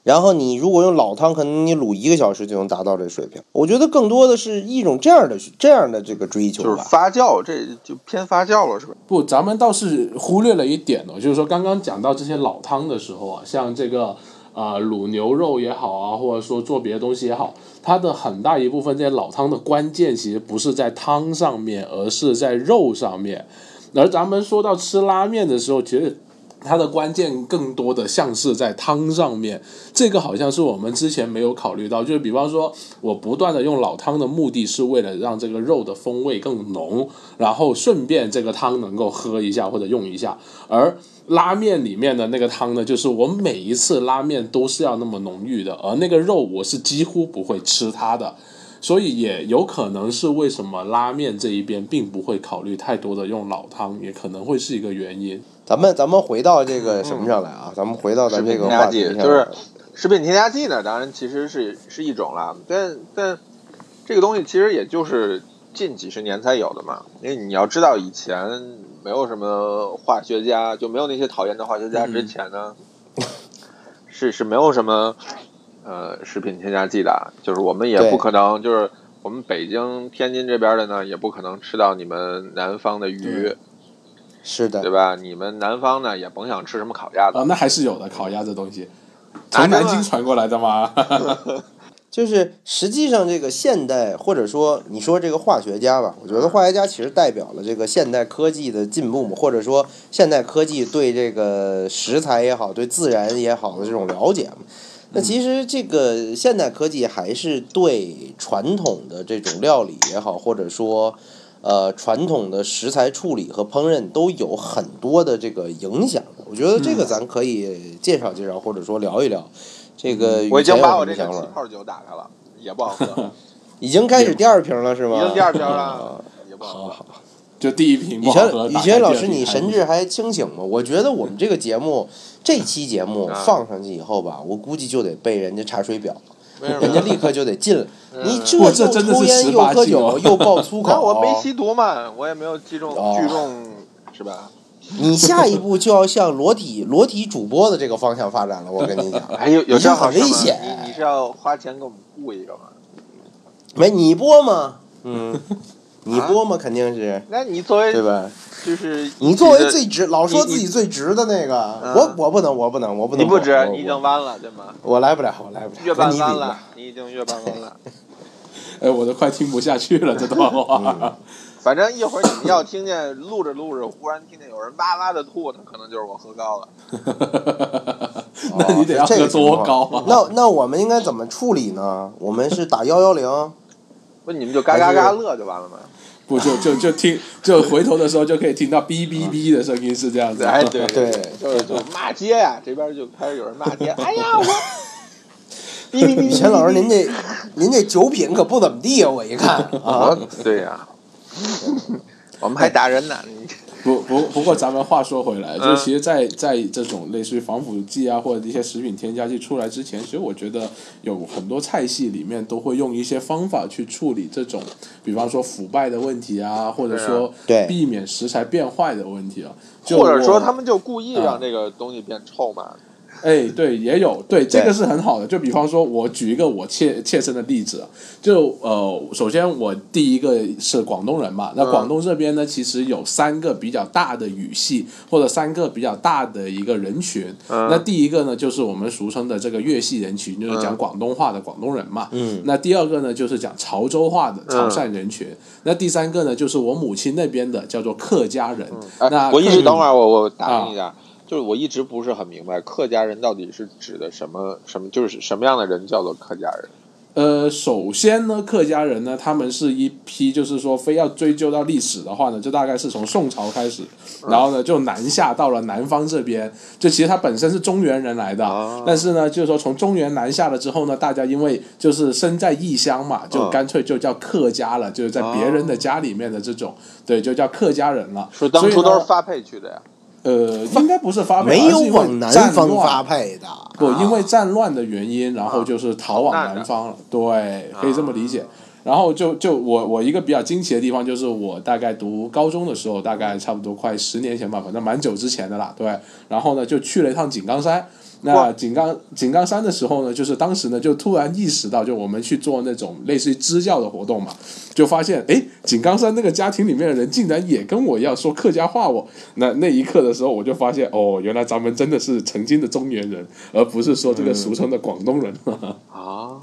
S3: 然后你如果用老汤，可能你卤一个小时就能达到这水平。我觉得更多的是一种这样的这样的这个追求
S2: 就是
S3: 吧。
S2: 发酵，这就偏发酵了，是吧？
S4: 不，咱们倒是忽略了一点哦，就是说刚刚讲到这些老汤的时候啊，像这个呃卤牛肉也好啊，或者说做别的东西也好，它的很大一部分这些老汤的关键其实不是在汤上面，而是在肉上面。而咱们说到吃拉面的时候，其实它的关键更多的像是在汤上面，这个好像是我们之前没有考虑到，就是比方说，我不断的用老汤的目的是为了让这个肉的风味更浓，然后顺便这个汤能够喝一下或者用一下，而。拉面里面的那个汤呢，就是我每一次拉面都是要那么浓郁的，呃而那个肉我是几乎不会吃它的，所以也有可能是为什么拉面这一边并不会考虑太多的用老汤，也可能会是一个原因。
S3: 咱们咱们回到这个什么上来啊？咱们回到咱这个话题上来，
S2: 就是食品添加剂呢，当然其实是是一种啦，但但这个东西其实也就是近几十年才有的嘛，因为你要知道以前没有什么化学家，就没有那些讨厌的化学家
S4: 嗯
S2: 之前呢，是是没有什么呃食品添加剂的，就是我们也
S3: 对
S2: 不可能就是。我们北京、天津这边的呢，也不可能吃到你们南方的鱼
S4: 对，
S3: 是
S2: 对
S3: 的，
S2: 吧？你们南方呢，也甭想吃什么
S4: 呃
S2: 烤鸭子。
S4: 啊，那还是有的，烤鸭这东西，
S2: 啊
S4: 从南
S2: 真的
S4: 京传过来的吗？
S3: 就是实际上这个现代，或者说你说这个化学家吧，我觉得化学家其实代表了这个现代科技的进步嘛，或者说现代科技对这个食材也好，对自然也好的这种了解嘛。那其实这个现代科技还是对传统的这种料理也好，或者说呃传统的食材处理和烹饪都有很多的这个影响的。我觉得
S2: 嗯
S3: 这个咱可以介绍介绍，或者说聊一聊。这个
S2: 嗯我已经把我这
S3: 这
S2: 个气泡酒打开了，也不好喝，
S3: 已经开始第二瓶了是吗？啊
S2: 已经第二瓶了，也不好喝。
S4: [LAUGHS] 好 [LAUGHS] 好，就第一瓶
S3: 雨
S4: 不好
S3: 轩
S4: 喝。，
S3: 雨
S4: 打
S3: 轩
S4: 开
S3: 老
S4: 第二
S3: 师，
S4: 瓶
S3: 你
S4: 还
S3: 神
S4: 不
S3: 志还清醒
S2: 嗯
S3: 吗？我觉得我们这个节目，这期节目
S2: 啊
S3: 放上去以后吧，我估计就得被人家查水表，
S2: 为什么
S3: 人家立刻就得进来。你这
S4: 哇
S3: 又
S4: 这真的是
S3: 抽烟又
S4: 18
S3: 喝
S4: 禁
S3: 酒
S4: 哦
S3: 又爆粗
S2: 那
S3: 口，
S2: 嗯哎我没吸毒嘛，我也没有击中
S3: 哦
S2: 聚众，是吧？
S3: [LAUGHS] 你下一步就要向裸体裸体主播的这个方向发展了。我跟
S2: [LAUGHS]
S3: 你讲，
S2: 还有有这样好事吗
S3: 你很危险
S2: 你你是要花钱给我们雇一个吗？
S3: 没你播吗？嗯，
S2: 啊
S3: 你播吗？肯定是，
S2: 那你作为
S3: 对吧？
S2: 就是
S3: 你作为
S2: 的
S3: 最直，老说
S2: 你
S3: 自己最直的那个，
S2: 嗯
S3: 我我不能，我不能，我不能，
S2: 你不止
S3: 我，
S2: 你已经弯了，对吗？
S3: 我我来不了，我来不了，
S2: 越
S3: 跟
S2: 弯
S3: 你比
S2: 弯
S3: 吧
S2: 了，你已经越弯弯了。
S4: [LAUGHS] 哎，我都快听不下去了这段话。
S2: 反正一会儿你们要听见录着录着，忽然听见有人哇哇的吐，那可能就是我喝高了。
S3: [LAUGHS]
S4: 那你得要
S3: 哦这
S4: 喝
S3: 个
S4: 多高
S3: 情况
S4: 啊？
S3: 那那我们应该怎么处理呢？我们是打幺幺零，
S2: 不，你们就嘎嘎嘎乐就完了嘛。
S4: 不就就就听就回头的时候就可以听到哔哔哔的声音是这样子。
S2: 哎，对
S3: [LAUGHS] 对
S2: 就是就是骂街呀、这边就开始有人骂
S3: [LAUGHS]
S2: 街。哎呀，我哔哔哔
S3: 雨
S2: 哔
S3: 辰老师，您 [LAUGHS] 这您这酒品可不怎么地啊！我一看啊，
S2: 我对呀、我们还打人
S4: 哎
S2: 呢，你
S4: 不不不过咱们话说回来，就
S2: 嗯
S4: 其实在，在这种类似于防腐剂啊或者一些食品添加剂出来之前，其实我觉得有很多菜系里面都会用一些方法去处理这种，比方说腐败的问题啊，或者说
S3: 对
S4: 避免食材变坏的问题啊，就
S2: 或者说
S4: 我
S2: 他们就故意让这个东西变臭嘛。 [LAUGHS]
S4: 哎，对，也有对，这
S3: 对
S4: 个是很好的。就比方说，我举一个我切切身的例子啊，就呃，首先我第一个是广东人嘛，那
S2: 嗯
S4: 广东这边呢，其实有三个比较大的语系，或者三个比较大的一个人群。
S2: 嗯
S4: 那第一个呢，就是我们俗称的这个粤系人群，就是讲
S2: 嗯
S4: 广东话的广东人嘛。
S3: 嗯
S4: 那第二个呢，就是讲潮州话
S2: 嗯
S4: 的潮汕人群。那第三个呢，就是我母亲那边的叫做客家人。那啊
S2: 哎，我一
S4: 客
S2: 直等会儿，我我打断一下，就是我一直不是很明白，客家人到底是指的什么什么，就是什么样的人叫做客家人？
S4: 呃，首先呢，客家人呢，他们是一批，就是说非要追究到历史的话呢，就大概是从宋朝开始，
S2: 嗯
S4: 然后呢就南下到了南方这边。就其实他本身是中原人来的，
S2: 哦
S4: 但是呢，就是说从中原南下了之后呢，大家因为就是身在异乡嘛，就
S2: 嗯
S4: 干脆就叫客家了，就是在别人的家里面的这种，对，就叫客家人了。
S2: 说当
S4: 所以
S2: 初
S4: 呢
S2: 都啊是发配去的呀？
S4: 呃，应该不是发配，
S3: 没有
S4: 而是因为
S3: 往南
S4: 战
S3: 方
S4: 乱
S3: 发配的。
S4: 不，
S2: 啊
S4: 因为战乱的原因，然后就是逃往
S2: 啊
S4: 南方了，对，可以这么理解。然后就就我我一个比较惊奇的地方就是我大概读高中的时候，大概差不多快十年前吧，反正蛮久之前的啦，对。然后呢，就去了一趟井冈山。那
S2: 哇
S4: 井冈井冈山的时候呢，就是当时呢就突然意识到，就我们去做那种类似于支教的活动嘛，就发现哎，诶井冈山那个家庭里面的人竟然也跟我一样说客家话哦。那那一刻的时候，我就发现哦，原来咱们真的是曾经的中原人，而不是说这个俗称的广东人。
S2: 啊，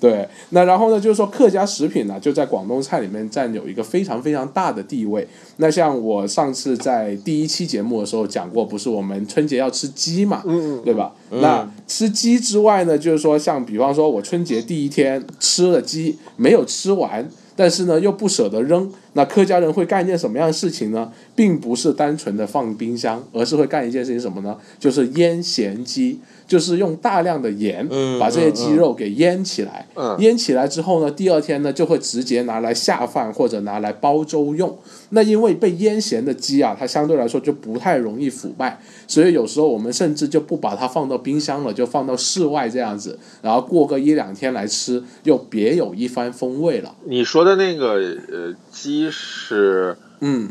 S4: 对，那然后呢，就是说客家食品呢、就在广东菜里面占有一个非常非常大的地位。那像我上次在第一期节目的时候讲过，不是我们春节要吃鸡嘛，
S2: 嗯
S4: 对吧？那吃鸡之外呢，就是说像比方说我春节第一天吃了鸡，没有吃完，但是呢又不舍得扔，那客家人会干一件什么样的事情呢？并不是单纯的放冰箱，而是会干一件事情什么呢？就是腌咸鸡，就是用大量的盐
S3: 嗯
S4: 把这些鸡
S3: 嗯嗯
S4: 肉给腌起来。
S2: 嗯
S4: 腌起来之后呢，第二天呢就会直接拿来下饭或者拿来煲粥用。那因为被腌咸的鸡啊，它相对来说就不太容易腐败，所以有时候我们甚至就不把它放到冰箱了，就放到室外这样子，然后过个一两天来吃，又别有一番风味了。
S2: 你说的那个呃鸡是
S4: 嗯，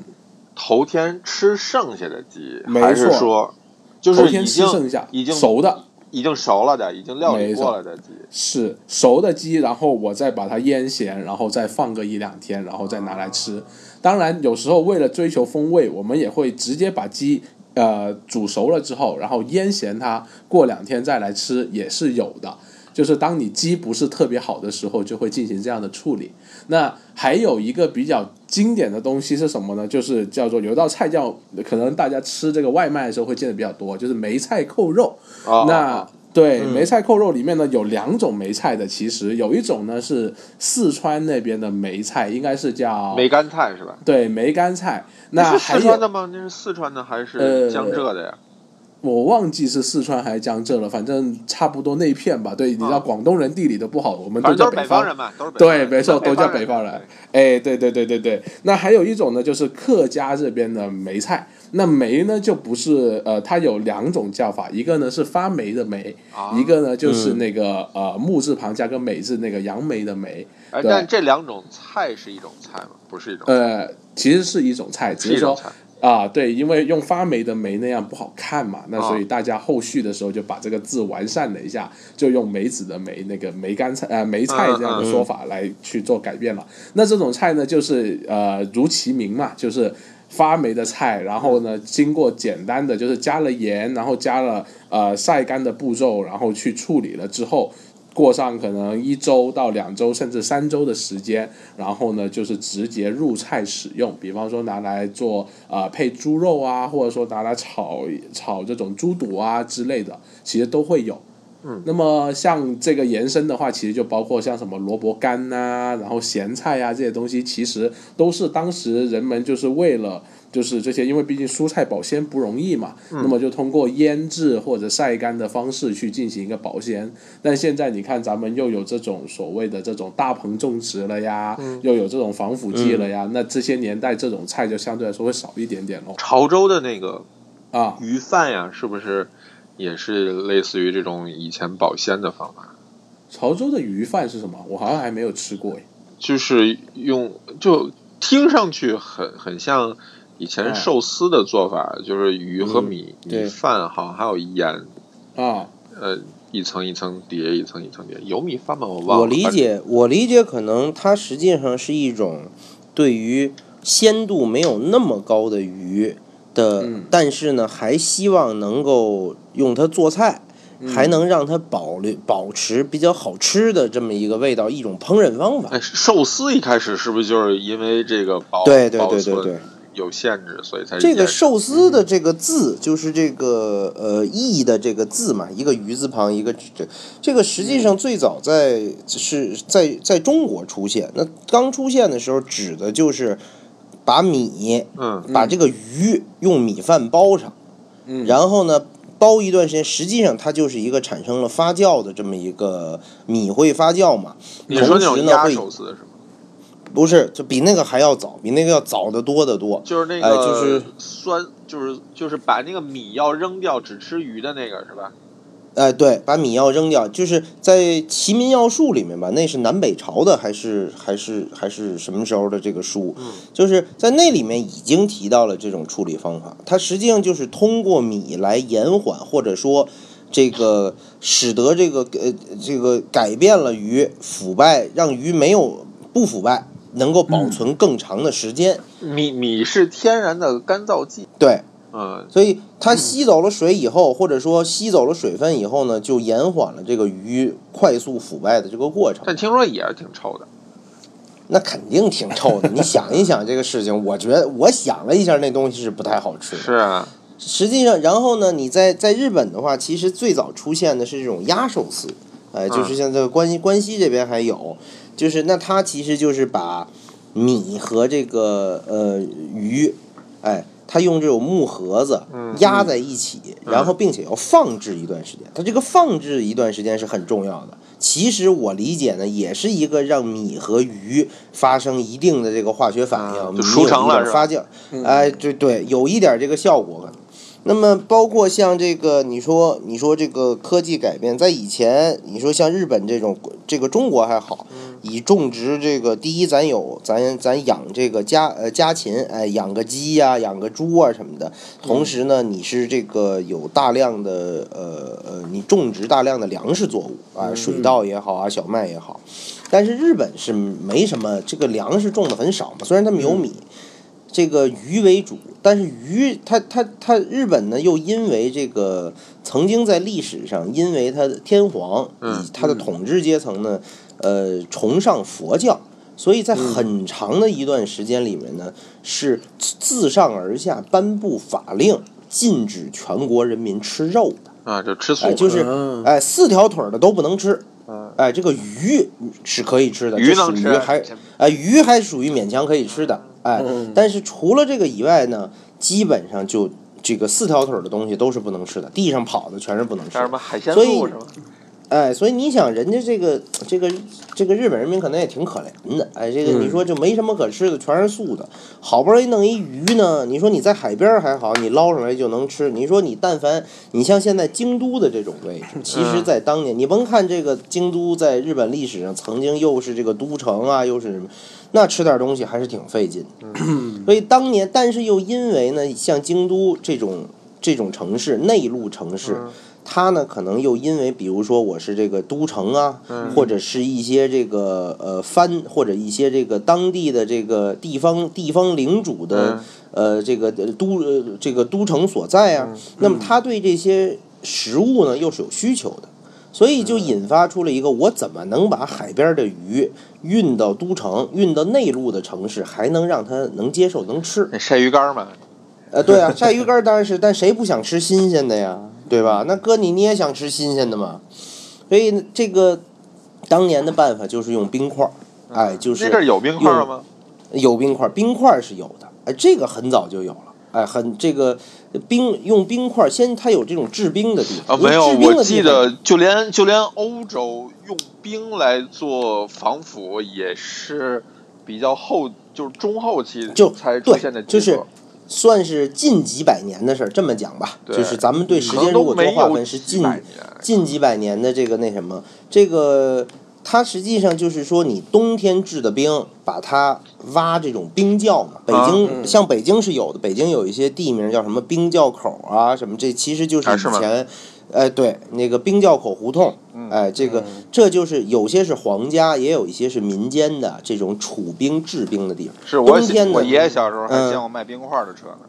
S2: 头天吃剩下的鸡，
S4: 没
S2: 还是
S4: 错
S2: 说就
S4: 头
S2: 是已
S4: 天吃
S2: 经
S4: 剩下
S2: 已经
S4: 熟的，
S2: 已经熟了的，已经料理
S4: 没错
S2: 过了的鸡？
S4: 是熟的鸡，然后我再把它腌咸，然后再放个一两天，然后再拿来吃。当然，有时候为了追求风味，我们也会直接把鸡呃煮熟了之后，然后腌咸它，过两天再来吃也是有的。就是当你鸡不是特别好的时候，就会进行这样的处理。那还有一个比较经典的东西是什么呢？就是叫做有道菜叫，可能大家吃这个外卖的时候会见的比较多，就是梅菜扣肉。
S2: 啊，
S4: 那对
S3: 嗯
S4: 梅菜扣肉里面呢有两种梅菜的，其实有一种呢是四川那边的梅菜，应该是叫
S2: 梅干菜是吧？
S4: 对梅干菜。那
S2: 是
S4: 还
S2: 四川
S4: 有
S2: 的吗？那是四川的还
S4: 呃
S2: 是江浙的呀？
S4: 我忘记是四川还是江浙了，反正差不多那一片吧。对，你知道
S2: 啊
S4: 广东人地理都不好，我们
S2: 反正
S4: 叫
S2: 都是
S4: 北
S2: 北方
S4: 人。
S2: 人嘛，都是北
S4: 对，没错，
S2: 都
S4: 都叫北方人。哎，对对对对对。那还有一种呢，就是客家这边的梅菜。那梅呢，就不是呃，它有两种叫法，一个呢是发霉的霉，
S2: 啊
S4: 一个呢就是那个、呃木字旁加个美字那个杨梅的梅，
S2: 哎，
S4: 对
S2: 但这两种菜是一种菜吗？不是一种菜，
S4: 呃，其实是一种菜，
S2: 是
S4: 只是
S2: 一
S4: 说
S2: 种菜。
S4: 啊，对，因为用发霉的霉那样不好看嘛，那
S2: 啊
S4: 所以大家后续的时候就把这个字完善了一下，就用梅子的梅那个梅干菜呃梅菜这样的说法来去做改变了。那这种菜呢，就是呃如其名嘛，就是。发霉的菜，然后呢，经过简单的就是加了盐，然后加了呃晒干的步骤，然后去处理了之后，过上可能一周到两周甚至三周的时间，然后呢就是直接入菜使用，比方说拿来做呃配猪肉啊，或者说拿来炒炒这种猪肚啊之类的，其实都会有。
S2: 嗯，
S4: 那么像这个延伸的话，其实就包括像什么萝卜干呐、然后咸菜啊这些东西，其实都是当时人们就是为了就是这些，因为毕竟蔬菜保鲜不容易嘛，
S3: 嗯
S4: 那么就通过腌制或者晒干的方式去进行一个保鲜。但现在你看，咱们又有这种所谓的这种大棚种植了呀，
S3: 嗯
S4: 又有这种防腐剂了呀，那这些年代这种菜就相对来说会少一点点喽。
S2: 潮州的那个
S4: 啊，
S2: 鱼饭呀，是不是也是类似于这种以前保鲜的方法？
S4: 潮州的鱼饭是什么？我好像还没有吃过诶。
S2: 就是用就听上去很很像以
S4: 哎
S2: 前寿司的做法，就是鱼和米、
S3: 嗯对
S2: 米饭好像还有盐，
S4: 啊，
S2: 呃，一层一层叠，一层一层叠。有米饭吗？我忘了。
S3: 我理解，我理解，可能它实际上是一种对于鲜度没有那么高的鱼的，
S4: 嗯
S3: 但是呢，还希望能够用它做菜，
S2: 嗯
S3: 还能让它保留保持比较好吃的这么一个味道，一种烹饪方法。
S2: 哎，寿司一开始是不是就是因为这个保
S3: 对对对对
S2: 保
S3: 对
S2: 存有限制，所以才
S3: 这个
S2: 延
S3: 寿
S2: 嗯
S3: 司的这个字，就是这个呃“意”的这个字嘛，一个鱼字旁，一个这这个实际上
S2: 嗯
S3: 最早在是在在中国出现。那刚出现的时候，指的就是把米
S2: 嗯
S3: 把这个鱼用米饭包上，
S4: 嗯，
S3: 然后呢包一段时间，实际上它就是一个产生了发酵的这么一个米会发酵嘛。
S2: 你说那
S3: 同时
S2: 种
S3: 呢
S2: 鸭
S3: 会
S2: 手撕是吗？
S3: 不是，就比那个还要早，比那个要早得多得多。
S2: 就是那
S3: 哎
S2: 个
S3: 就是
S2: 酸，就是就是把那个米要扔掉，只吃鱼的那个是吧？
S3: 哎，对，把米要扔掉，就是在《齐民要术》里面吧，那是南北朝的还是还是还是什么时候的这个书？
S2: 嗯，
S3: 就是在那里面已经提到了这种处理方法，它实际上就是通过米来延缓或者说这个使得这个呃这个改变了鱼腐败，让鱼没有不腐败，能够保存更长的时间。
S2: 米米是天然的干燥剂，
S3: 对，
S2: 嗯，
S3: 所以它吸走了水以后，或者说吸走了水分以后呢，就延缓了这个鱼快速腐败的这个过程。
S2: 但听说也是挺臭的。
S3: 那肯定挺臭的，你想一想这个事情，我觉得我想了一下，那东西是不太好吃的。
S2: 是啊，
S3: 实际上，然后呢，你在在日本的话，其实最早出现的是这种鸭寿司，哎，
S2: 嗯
S3: 就是像这个关西关西这边还有，就是那它其实就是把米和这个呃鱼，哎，它用这种木盒子
S2: 嗯
S3: 压在一起，然后并且要放置一段时间。它这个放置一段时间是很重要的。其实我理解呢，也是一个让米和鱼发生一定的这个化学反应，
S2: 啊
S3: 米
S2: 就熟成了
S3: 有一点
S2: 是吧
S3: 发酵，哎，对对，有一点这个效果可能。那么包括像这个，你说你说这个科技改变，在以前，你说像日本这种，这个中国还好，以种植这个第一，咱有咱咱养这个家呃家禽，哎，养个鸡呀、养个猪啊什么的。同时呢，你是这个有大量的呃呃，你种植大量的粮食作物啊，水稻也好啊，小麦也好。但是日本是没什么，这个粮食种的很少嘛，虽然他们有米，这个鱼为主，但是鱼它它它日本呢又因为这个曾经在历史上，因为它的天皇
S2: 嗯
S3: 以它的统治阶层呢，呃崇尚佛教，所以在
S2: 嗯
S3: 很长的一段时间里面呢，是自自上而下颁布法令，禁止全国人民吃肉的。
S2: 啊，就吃素
S3: 哎，就是
S4: 嗯
S3: 哎，四条腿儿的都不能吃
S2: 哦嗯。
S3: 哎，这个鱼是可以吃的，
S2: 鱼
S3: 这属
S2: 能
S3: 于
S2: 吃
S3: 还哎鱼还属于勉强可以吃的。哎
S4: 嗯，
S3: 但是除了这个以外呢，基本上就这个四条腿儿的东西都是不能吃的，地上跑的全是不能吃
S2: 叫
S3: 的
S2: 什。么海鲜
S3: 所以
S2: 素是吗？
S3: 哎，所以你想，人家这个这个这个日本人民可能也挺可怜的，哎，这个
S4: 嗯
S3: 你说就没什么可吃的，全是素的，好不容易弄一鱼呢，你说你在海边儿还好，你捞上来就能吃，你说你但凡你像现在京都的这种位置，其实在当年，你甭看这个京都在日本历史上曾经又是这个都城啊，又是什么，那吃点东西还是挺费劲的，所以当年，但是又因为呢，像京都这种这种城市内陆城市。
S2: 嗯
S3: 它呢，可能又因为，比如说我是这个都城啊，或者是一些这个呃藩，或者一些这个当地的这个地方地方领主
S2: 嗯
S3: 的、呃这个呃都呃这个都城所在啊，那么他对这些食物呢又是有需求的，所以就引发出了一个我怎么能把海边的鱼运到都城，运到内陆的城市，还能让它能接受能吃。
S2: 那晒鱼干嘛？
S3: 呃，对啊，晒鱼干儿当然是，但谁不想吃新鲜的呀？对吧？那哥你你也想吃新鲜的嘛？所以这个当年的办法就是用冰块儿，哎，就是
S2: 那阵儿有冰块吗？
S3: 有冰块，冰块是有的，哎，这个很早就有了，哎，很这个冰用冰块，先它有这种制冰的地
S2: 啊，
S3: 方，
S2: 没有，
S3: 用制冰
S2: 我
S3: 的
S2: 记
S3: 地方
S2: 得就连就连欧洲用冰来做防腐也是比较后，就是中后期
S3: 就
S2: 才出
S3: 对
S2: 现的技术，
S3: 就是算是近几百年的事儿，这么讲吧，
S2: 对
S3: 就是咱们对时
S2: 可能
S3: 间如
S2: 都
S3: 果做
S2: 没
S3: 划
S2: 有
S3: 分是
S2: 几
S3: 近
S2: 百年。
S3: 近几百年的这个那什么，这个它实际上就是说，你冬天制的冰，把它挖这种冰窖嘛。北
S2: 啊
S3: 京、像北京是有的，北京有一些地名叫什么冰窖口啊，什么这其实就是
S2: 啊
S3: 以
S2: 是吗嗯
S3: 前，哎，对，那个冰窖口胡同，哎，这个这就是有些是皇家，也有一些是民间的这种储冰制冰的地方。
S2: 是我
S3: 冬天的
S2: 我爷爷小时候还
S3: 嗯
S2: 见过卖冰块的车呢。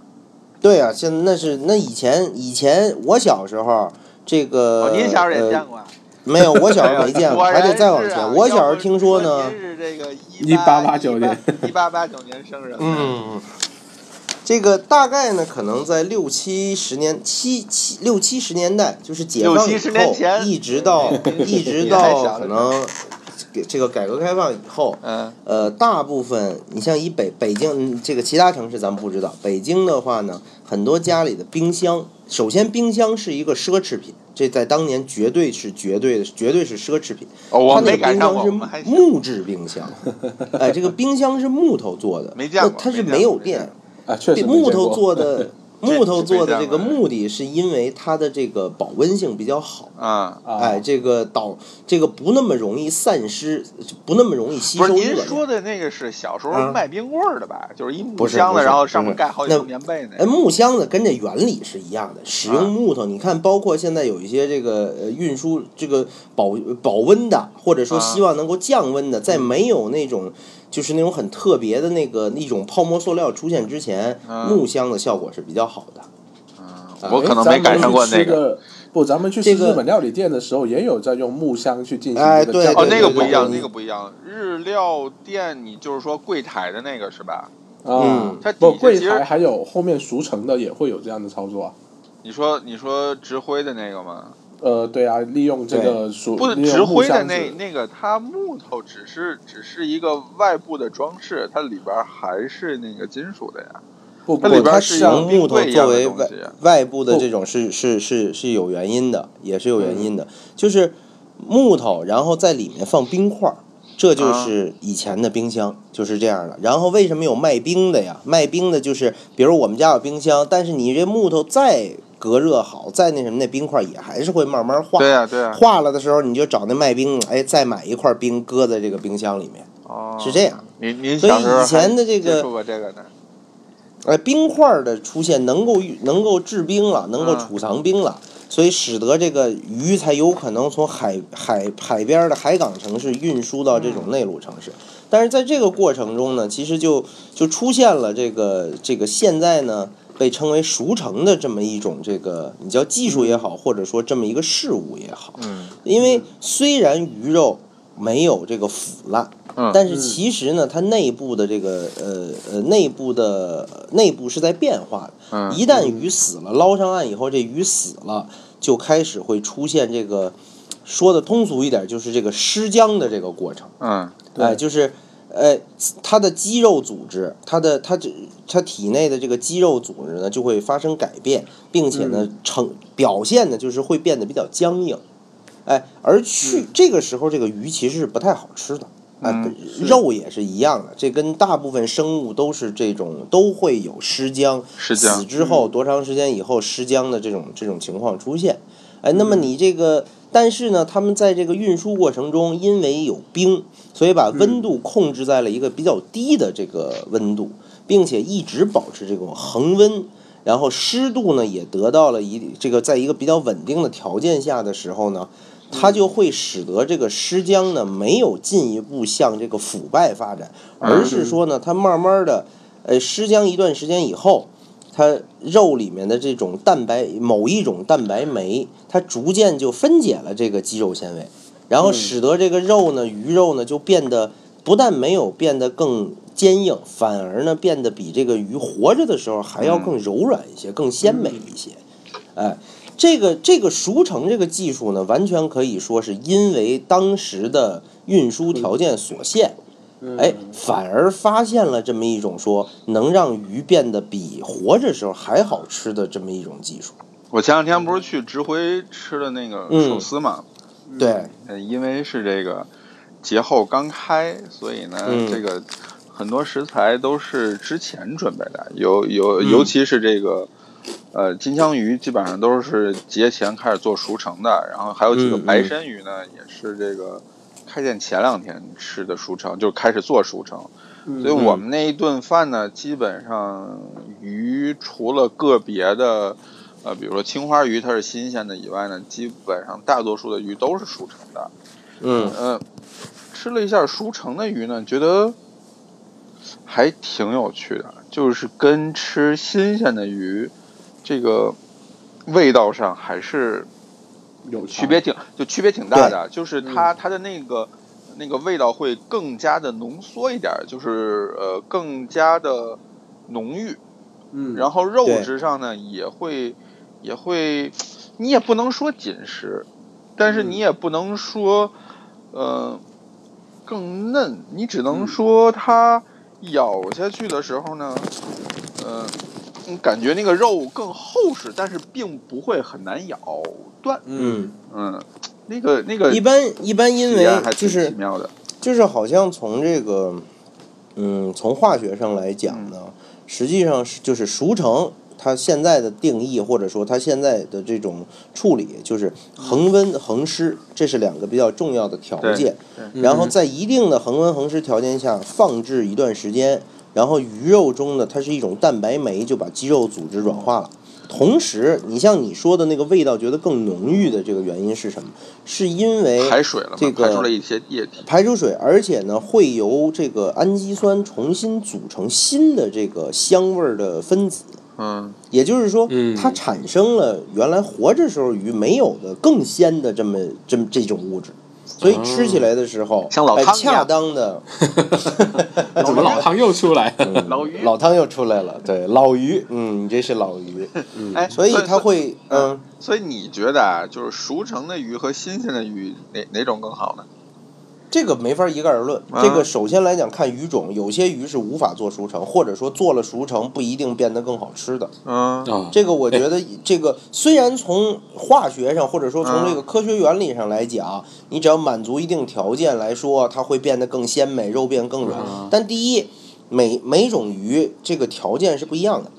S3: 对啊，现那是那以前以前我小时候。这个、
S2: 哦，您小时候也
S3: 呃
S2: 见过啊？哎
S3: 没有，我小时候没见过，
S2: [LAUGHS] 果
S3: 还
S2: 然
S3: 得再往
S2: 是啊
S3: 前。我小时候听
S2: 要
S3: 说呢
S2: 不，您是这个一
S4: 1889年
S2: 一八八九年生人，，
S3: 嗯，这个大概呢，可能在六七十年、七七六七十年代，就是解放以后，
S2: 六七十年前
S3: 一直到一直
S2: 你还小着
S3: 到可
S2: 呢
S3: 能给这个改革开放以后，
S2: 嗯
S3: 呃，大部分你像以北北京嗯这个其他城市咱们不知道，北京的话呢，很多家里的冰箱，首先冰箱是一个奢侈品，这在当年绝对是绝对的，绝对是奢侈品。
S2: 哦，我
S3: 它那
S2: 没
S3: 个
S2: 赶
S3: 冰
S2: 上过，
S3: 箱
S2: 我
S3: 是
S2: 们还小
S3: 木质
S2: [LAUGHS]
S3: 冰箱，哎，这个冰箱是木头做的，
S2: 没见过
S3: 那它是
S2: 没见过
S3: 没有
S2: 没见 [LAUGHS]
S3: 电，
S4: 啊，确实没
S3: 木
S4: 见
S3: 头
S4: 过
S3: 做的，木头做的这个
S2: 没见过
S3: 目的是因为它的这个保温性比较好，
S2: 啊。
S4: 啊，
S3: 哎，这个导这个不那么容易散失，不那么容易吸
S2: 不是
S3: 收
S2: 您
S3: 热量。
S2: 说的那个是小时候
S3: 嗯
S2: 卖冰棍儿的吧？就是嗯一木
S3: 不是
S2: 箱
S3: 不
S2: 子，
S3: 是
S2: 然后上面
S3: 不是
S2: 盖好几
S3: 那
S2: 层棉被那
S3: 哎，
S2: 个。
S3: 木箱子跟这原理是一样的，使用木头，你看，包括现在有一些这个呃运输这个保保温的，或者说
S2: 啊
S3: 希望能够降温的，在没有那种就是那种很特别的那个一种泡沫塑料出现之前，
S2: 嗯
S3: 木箱的效果是比较好的。哎
S2: 我可能没赶上过那
S4: 咱们去吃
S2: 个。
S4: 个。不，咱们去吃
S3: 这个
S4: 日本料理店的时候，也有在用木箱去进行
S3: 哎
S4: 这个酱
S3: 对
S2: 哦，
S3: 对
S2: 那个不一样，
S3: 对
S2: 那个不一样。日料店，你就是说柜台的那个是吧？
S4: 啊
S3: 嗯，
S2: 它
S4: 不，
S2: 底下
S4: 柜
S2: 其实
S4: 台还有后面熟成的也会有这样的操作啊。
S2: 你说你说直灰的那个吗？
S4: 呃，对啊，利用这个熟
S2: 不，
S4: 利
S2: 直
S4: 用木
S2: 灰的
S4: 箱子
S2: 那那个，它木头只是只是一个外部的装饰，它里边儿还是那个金属的呀。
S4: 不
S2: 它
S4: 不
S2: 里边
S3: 它
S2: 是
S3: 使
S2: 一样
S3: 用木头
S2: 冰柜一样
S3: 作
S2: 的
S3: 为
S2: 东
S3: 外
S2: 西啊
S3: 外部的这种是是是是有原因的，也是有
S2: 嗯
S3: 原因的，就是木头，然后在里面放冰块儿，这
S2: 啊
S3: 就是以前的冰箱、就是这样的。然后为什么有卖冰的呀？卖冰的就是，比如我们家有冰箱，但是你这木头再隔热好，再那什么，那冰块也还是会慢慢化。
S2: 对啊呀、对呀、
S3: 化了的时候，你就找那卖冰，哎，再买一块冰搁在这个冰箱里面，
S2: 哦，
S3: 是这。样。
S2: 您您
S3: 所以
S2: 小时候
S3: 以前的
S2: 还
S3: 这个
S2: 接触过这个呢？
S3: 哎呃，冰块儿的出现能够预能够制冰了，能够
S2: 嗯
S3: 储藏冰了，所以使得这个鱼才有可能从海海海边的海港城市运输到这种内陆城市。但是在这个过程中呢，其实就就出现了这个这个现在呢被称为熟成的这么一种这个你叫技术也好，或者说这么一个事物也好。
S2: 嗯
S3: 因为虽然鱼肉没有这个腐烂，
S2: 嗯
S3: 但是其实呢，它内部的这个呃呃内部的呃内部是在变化的。
S2: 嗯
S3: 一旦鱼死了，捞上岸以后，这鱼死了就开始会出现这个说的通俗一点，就是这个尸僵的这个过程。
S2: 嗯
S4: 对
S3: 哎、就是呃，它的肌肉组织，它的它这它体内的这个肌肉组织呢就会发生改变，并且呢
S2: 嗯
S3: 呈表现呢就是会变得比较僵硬，哎，而去、这个时候这个鱼其实是不太好吃的。啊、
S2: 嗯是
S3: 肉也是一样的，这跟大部分生物都是这种，都会有尸僵，
S2: 是这
S3: 死
S2: 样，
S3: 之后多长时间以后尸僵的这种这种情况出现。哎，那么
S2: 嗯
S3: 你这个，但是呢，他们在这个运输过程中，因为有冰，所以把
S2: 嗯
S3: 温度控制在了一个比较低的这个温度，并且一直保持这种恒温。然后湿度呢也得到了一这个在一个比较稳定的条件下的时候呢，它就会使得这个尸僵呢没有进一步向这个腐败发展，而是说呢它慢慢的，呃尸僵一段时间以后，它肉里面的这种蛋白某一种蛋白酶，它逐渐就分解了这个肌肉纤维，
S2: 嗯
S3: 然后使得这个肉呢鱼肉呢就变得不但没有变得更坚硬，反而呢变得比这个鱼活着的时候还
S2: 嗯
S3: 要更柔软一些，更鲜美一些。哎，这个这个熟成这个技术呢，完全可以说是因为当时的运输条件所限，
S2: 嗯
S3: 哎，反而发现了这么一种说能让鱼变得比活着时候还好吃的这么一种技术。
S2: 我前两天不是去直回吃的那个
S3: 嗯
S2: 寿司嘛，
S3: 对，
S2: 呃，因为是这个节后刚开，所以呢，
S3: 嗯
S2: 这个很多食材都是之前准备的，尤尤
S3: 嗯
S2: 尤其是这个。呃，金枪鱼基本上都是节前开始做熟成的，然后还有几个
S3: 嗯
S2: 白
S3: 嗯
S2: 身鱼呢，也是这个开店前两天吃的熟成，就开始做熟成。
S4: 嗯
S2: 所以我们那一顿饭呢，基本上鱼除了个别的，呃，比如说青花鱼它是新鲜的以外呢，基本上大多数的鱼都是熟成的。
S3: 嗯
S2: 呃，吃了一下熟成的鱼呢，觉得还挺有趣的，就是跟吃新鲜的鱼这个味道上还是
S4: 有
S2: 区别挺就区别挺大的，就是它它的那个那个味道会更加的浓缩一点儿，就是呃更加的浓郁，
S4: 嗯，
S2: 然后肉
S3: 对
S2: 质上呢也会也会，你也不能说紧实，但是
S4: 嗯
S2: 你也不能说呃更嫩，你只能说它咬下去的时候呢，呃。你感觉那个肉更厚实，但是并不会很难咬断。
S3: 嗯，
S2: 嗯，那个那个
S3: 一般一般因
S2: 体
S3: 为
S2: 验还
S3: 就
S2: 挺
S3: 是
S2: 奇妙的，
S3: 就是好像从这个，嗯，从化学上来讲呢，实际上是就是熟成，它现在的定义或者说它现在的这种处理，就是恒温恒湿，这是两个比较重要的条件。
S4: 嗯
S3: 然后在一定的恒温恒湿条件下放置一段时间，然后鱼肉中呢，它是一种蛋白酶，就把肌肉组织软化了。同时，你像你说的那个味道觉得更浓郁的这个原因是什么？是因为
S2: 排水了嘛，
S3: 哎这个
S2: 排出了一些液体。
S3: 排出水，而且呢会由这个氨基酸重新组成新的这个香味儿的分子，
S2: 嗯
S3: 也就是说，
S4: 嗯
S3: 它产生了原来活着时候鱼没有的更鲜的这么这么这种物质，所以吃起来的时候，
S2: 哦像老汤
S3: 哎
S2: 一样
S3: 恰
S2: [LAUGHS]
S3: 当的
S4: 怎么老汤又出来了？
S2: 老鱼
S3: 老汤又出来了，对，老鱼，嗯，你这是老鱼，
S2: 哎，
S3: 所以它会，嗯
S2: 嗯，所以你觉得啊，就是熟成的鱼和新鲜的鱼哪哪种更好呢？
S3: 这个没法一概而论。
S2: 啊
S3: 这个首先来讲看鱼种，有些鱼是无法做熟成，或者说做了熟成不一定变得更好吃的。
S2: 嗯
S4: 啊，
S3: 这个我觉得，这个虽然从化学上或者说从这个科学原理上来讲，你只要满足一定条件来说，它会变得更鲜美，肉变更软
S4: 嗯。
S3: 但第一，每每种鱼这个条件是不一样的。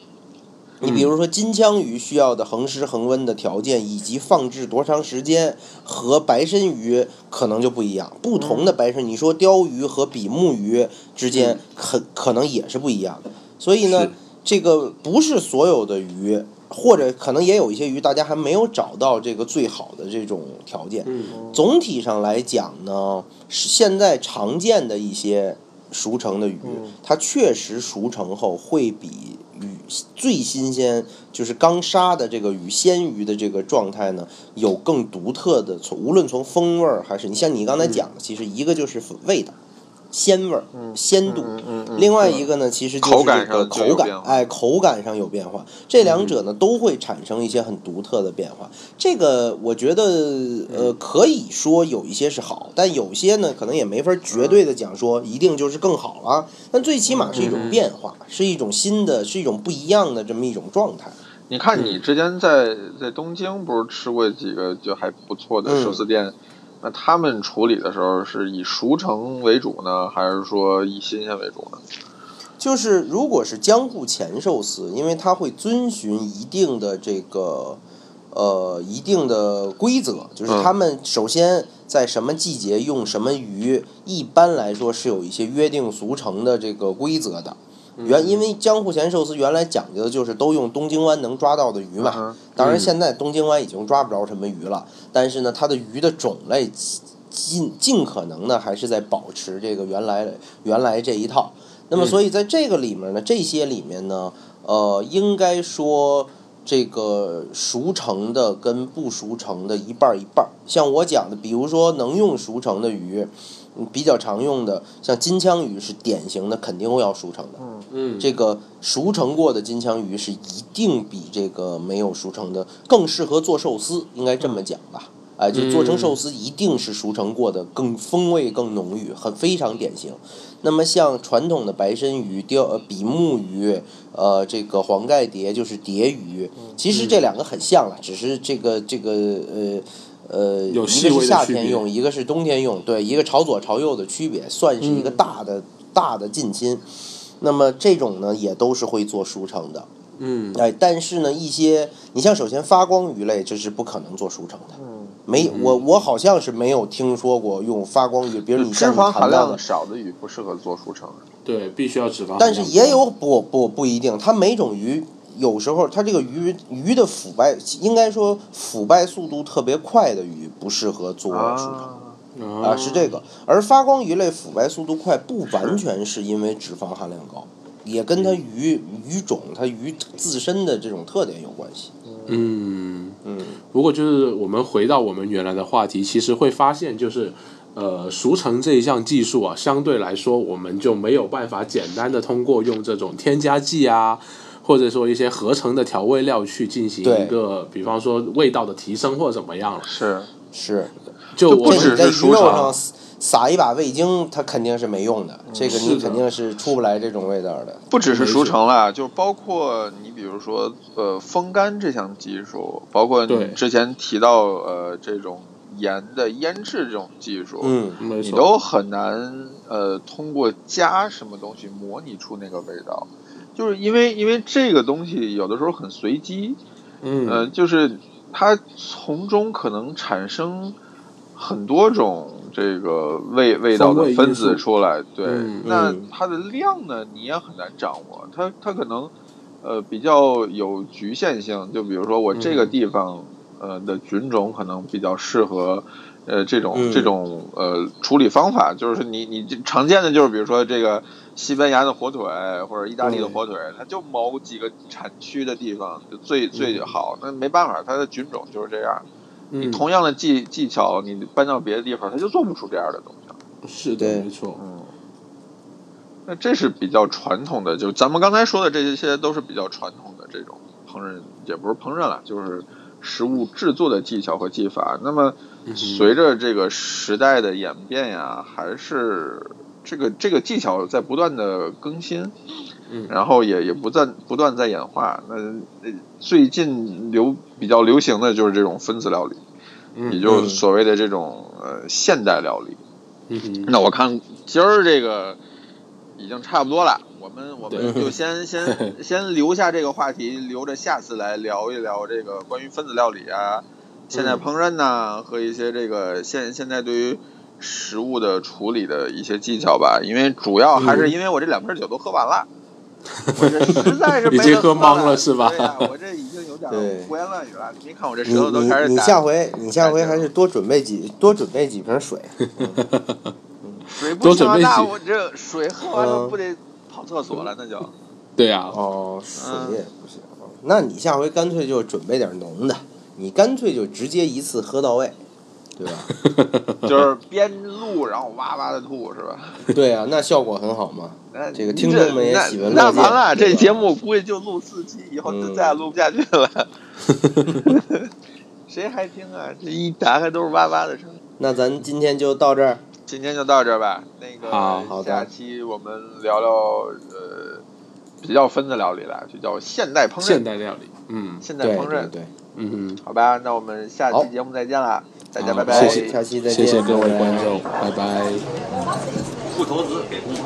S3: 你比如说金枪鱼需要的恒湿恒温的条件，以及放置多长时间，和白身鱼可能就不一样。不同的白身，你说鲷鱼和比目鱼之间可可能也是不一样的。所以呢
S4: 是，
S3: 这个不是所有的鱼或者可能也有一些鱼，大家还没有找到这个最好的这种条件。
S4: 嗯
S3: 总体上来讲呢，是现在常见的一些熟成的鱼，它确实熟成后会比鱼最新鲜，就是刚杀的这个鱼鲜鱼的这个状态呢，有更独特的，从无论从风味儿还是你像你刚才
S2: 嗯
S3: 讲的，其实一个就是味道。鲜味儿、鲜度，
S2: 嗯嗯
S3: 另外一个呢，其实就是
S2: 口感
S3: 这个
S2: 上就有
S3: 口感
S2: 变，化嗯
S3: 哎，口感上有变化，这两者呢都会产生一些很独特的变化。这个我觉得，
S2: 嗯
S3: 呃，可以说有一些是好，但有些呢可能也没法
S2: 嗯
S3: 绝对的讲说一定就是更好了。但最起码是一
S2: 嗯
S3: 种变化，是一种新的，是一种不一样的这么一种状态。
S2: 你看，你之前在在东京不是吃过几个就还不错
S3: 嗯
S2: 的寿司店？那他们处理的时候是以熟成为主呢，还是说以新鲜为主呢？
S3: 就是如果是江户前寿司，因为它会遵循一定的这个呃一定的规则，就是
S2: 嗯
S3: 他们首先在什么季节用什么鱼，一般来说是有一些约定俗成的这个规则的。
S2: 嗯
S3: 原因为江户前寿司原来讲究的就是都用东京湾能抓到的鱼嘛，
S2: 嗯
S3: 当然现在东京湾已经抓不着什么鱼了，但是呢，它的鱼的种类尽尽可能呢还是在保持这个原来原来这一套。那么所以在这个里面呢，这些里面呢，呃，应该说这个熟成的跟不熟成的一半儿一半儿。像我讲的，比如说能用熟成的鱼，嗯比较常用的，像金枪鱼是典型的，肯定会要熟成的。
S4: 嗯，
S3: 这个熟成过的金枪鱼是一定比这个没有熟成的更适合做寿司，应该这么讲吧？哎，就做成寿司一定是熟成过的更风味更浓郁，很非常典型。那么像传统的白身鱼、鲷、呃比目鱼、呃这个黄盖蝶就是蝶鱼，其实这两个很像了，只是这个这个呃。呃，一
S4: 有
S3: 个
S4: 细微的
S3: 是夏
S4: 区别
S3: 天用，一个是冬天用，对，一个朝左朝右的区别，算是
S4: 嗯
S3: 一个大的、大的近亲。那么这种呢，也都是会做熟成的。
S4: 嗯，
S3: 哎，但是呢，一些你像首先发光鱼类，这是不可能做熟成的。没，
S4: 嗯
S3: 我我好像是没有听说过用发光鱼，比如你
S2: 脂
S3: 像你
S2: 肪
S3: 谈
S2: 含
S3: 到
S2: 量
S3: 的，
S2: 少的鱼不适合做熟成。
S4: 对，必须要脂肪含量高。
S3: 但是也有不不不一定，它每种鱼有时候它这个鱼鱼的腐败，应该说腐败速度特别快的鱼不适合做熟成。
S2: 啊，
S3: 啊，
S4: 啊
S3: 是这个。而发光鱼类腐败速度快，不完全是因为脂肪含量高，也跟它鱼鱼种、它鱼自身的这种特点有关系。
S4: 嗯，
S3: 嗯，
S4: 不过就是我们回到我们原来的话题，其实会发现就是。呃，熟成这一项技术啊，相对来说，我们就没有办法简单的通过用这种添加剂啊，或者说一些合成的调味料去进行
S3: 对
S4: 一个，比方说味道的提升或者怎么样了。
S2: 是
S3: 是。
S4: 就我
S2: 不
S3: 这
S4: 们
S2: 止
S3: 你在
S2: 是熟
S3: 鱼肉
S2: 成
S3: 上撒撒一把味精，它肯定是没用的。这个
S4: 是
S3: 你
S4: 的
S3: 肯定是出不来这种味道的。
S2: 不只是熟成啦，就包括你比如说呃风干这项技术，包括你
S4: 对
S2: 之前提到呃这种盐的腌制这种技术，
S3: 嗯，
S4: 没
S2: 你
S4: 错
S2: 都很难呃通过加什么东西模拟出那个味道，就是因为因为这个东西有的时候很随机，
S4: 嗯
S2: 呃，就是它从中可能产生很多种这个味味道
S4: 风
S2: 的
S4: 味
S2: 分
S4: 因素
S2: 子出来，对，
S4: 嗯
S2: 那
S3: 嗯
S2: 它的量呢你也很难掌握，它它可能呃比较有局限性，就比如说我这个
S4: 嗯
S2: 地方、呃的菌种可能比较适合。呃，这种
S3: 嗯
S2: 这种呃处理方法，就是你你这常见的就是比如说这个西班牙的火腿或者意大利的
S3: 嗯
S2: 火腿，它就某几个产区的地方就最最好，那没办法，它的菌种就是这样。你
S4: 嗯，
S2: 同样的技技巧，你搬到别的地方，它就做不出这样的东西了。
S4: 嗯是
S3: 对
S4: 的，没错。
S2: 嗯，那这是比较传统的，就咱们刚才说的这些都是比较传统的这种烹饪，也不是烹饪了，就是食物制作的技巧和技法。那么
S4: 嗯哼
S2: 随着这个时代的演变呀，还是这个这个技巧在不断的更新，
S4: 嗯
S2: 然后也也不断不断在演化。那呃最近流比较流行的就是这种分子料理，
S4: 嗯
S2: 也就是
S3: 嗯
S2: 所谓的这种呃现代料理。
S4: 嗯哼，
S2: 那我看今儿这个已经差不多了，我们我们
S3: 对
S2: 就
S4: [LAUGHS]
S2: 先先先留下这个话题，留着下次来聊一聊这个关于分子料理啊、现
S4: 嗯
S2: 代烹饪呐、和一些这个现现在对于
S4: 嗯
S2: 食物的处理的一些技巧吧。因为主要还是因为我这两瓶酒都喝完了，我这实在是
S4: [LAUGHS] 已经喝懵
S2: 了
S4: 了是吧
S2: 对呀，我这已经有点
S3: 对
S2: 胡言乱语了。您看我这
S3: 你
S2: 舌头都开
S3: 你
S2: 始
S3: 你
S2: 打
S3: 下回你下回还是多准备几多准备几瓶水，
S2: 水不
S4: 多准
S2: 行
S4: 备
S2: 那
S4: 几
S2: 我这水喝完了
S3: 嗯
S2: 不得跑厕所了？那就
S4: 对啊，
S3: 哦，水
S2: 嗯
S3: 也不行。哦那你下回干脆就准备点浓的，你干脆就直接一次喝到位，对吧？
S4: [LAUGHS]
S2: 就是边录然后哇哇的吐是吧？
S3: 对啊，那效果很好嘛。
S2: 那
S3: 这个听众们也喜闻乐见
S2: 那那咱俩
S3: 对
S2: 这
S3: 吧
S2: 节目估计就录四期，以后就
S3: 嗯
S2: 再也录不下去了。 [LAUGHS] 谁还听啊？这一打开都是哇哇的声音。
S3: 那咱今天就到这儿，
S2: 今天就到这儿吧。那个
S4: 好
S3: 好的
S2: 下期我们聊聊呃比较分的料理了，就叫现代烹
S4: 现
S2: 饪。
S4: 代料理，嗯
S2: 现代
S3: 对
S2: 烹
S3: 对
S2: 饪，
S3: 对，
S4: 嗯
S2: 好吧？那我们下
S3: 好
S2: 期节目再见了，大家
S4: 好
S2: 拜拜。
S3: 下期再
S4: 哼，
S3: 见，
S4: 谢谢各位
S3: 拜拜
S4: 观众，拜拜。
S2: 不投资，给公司。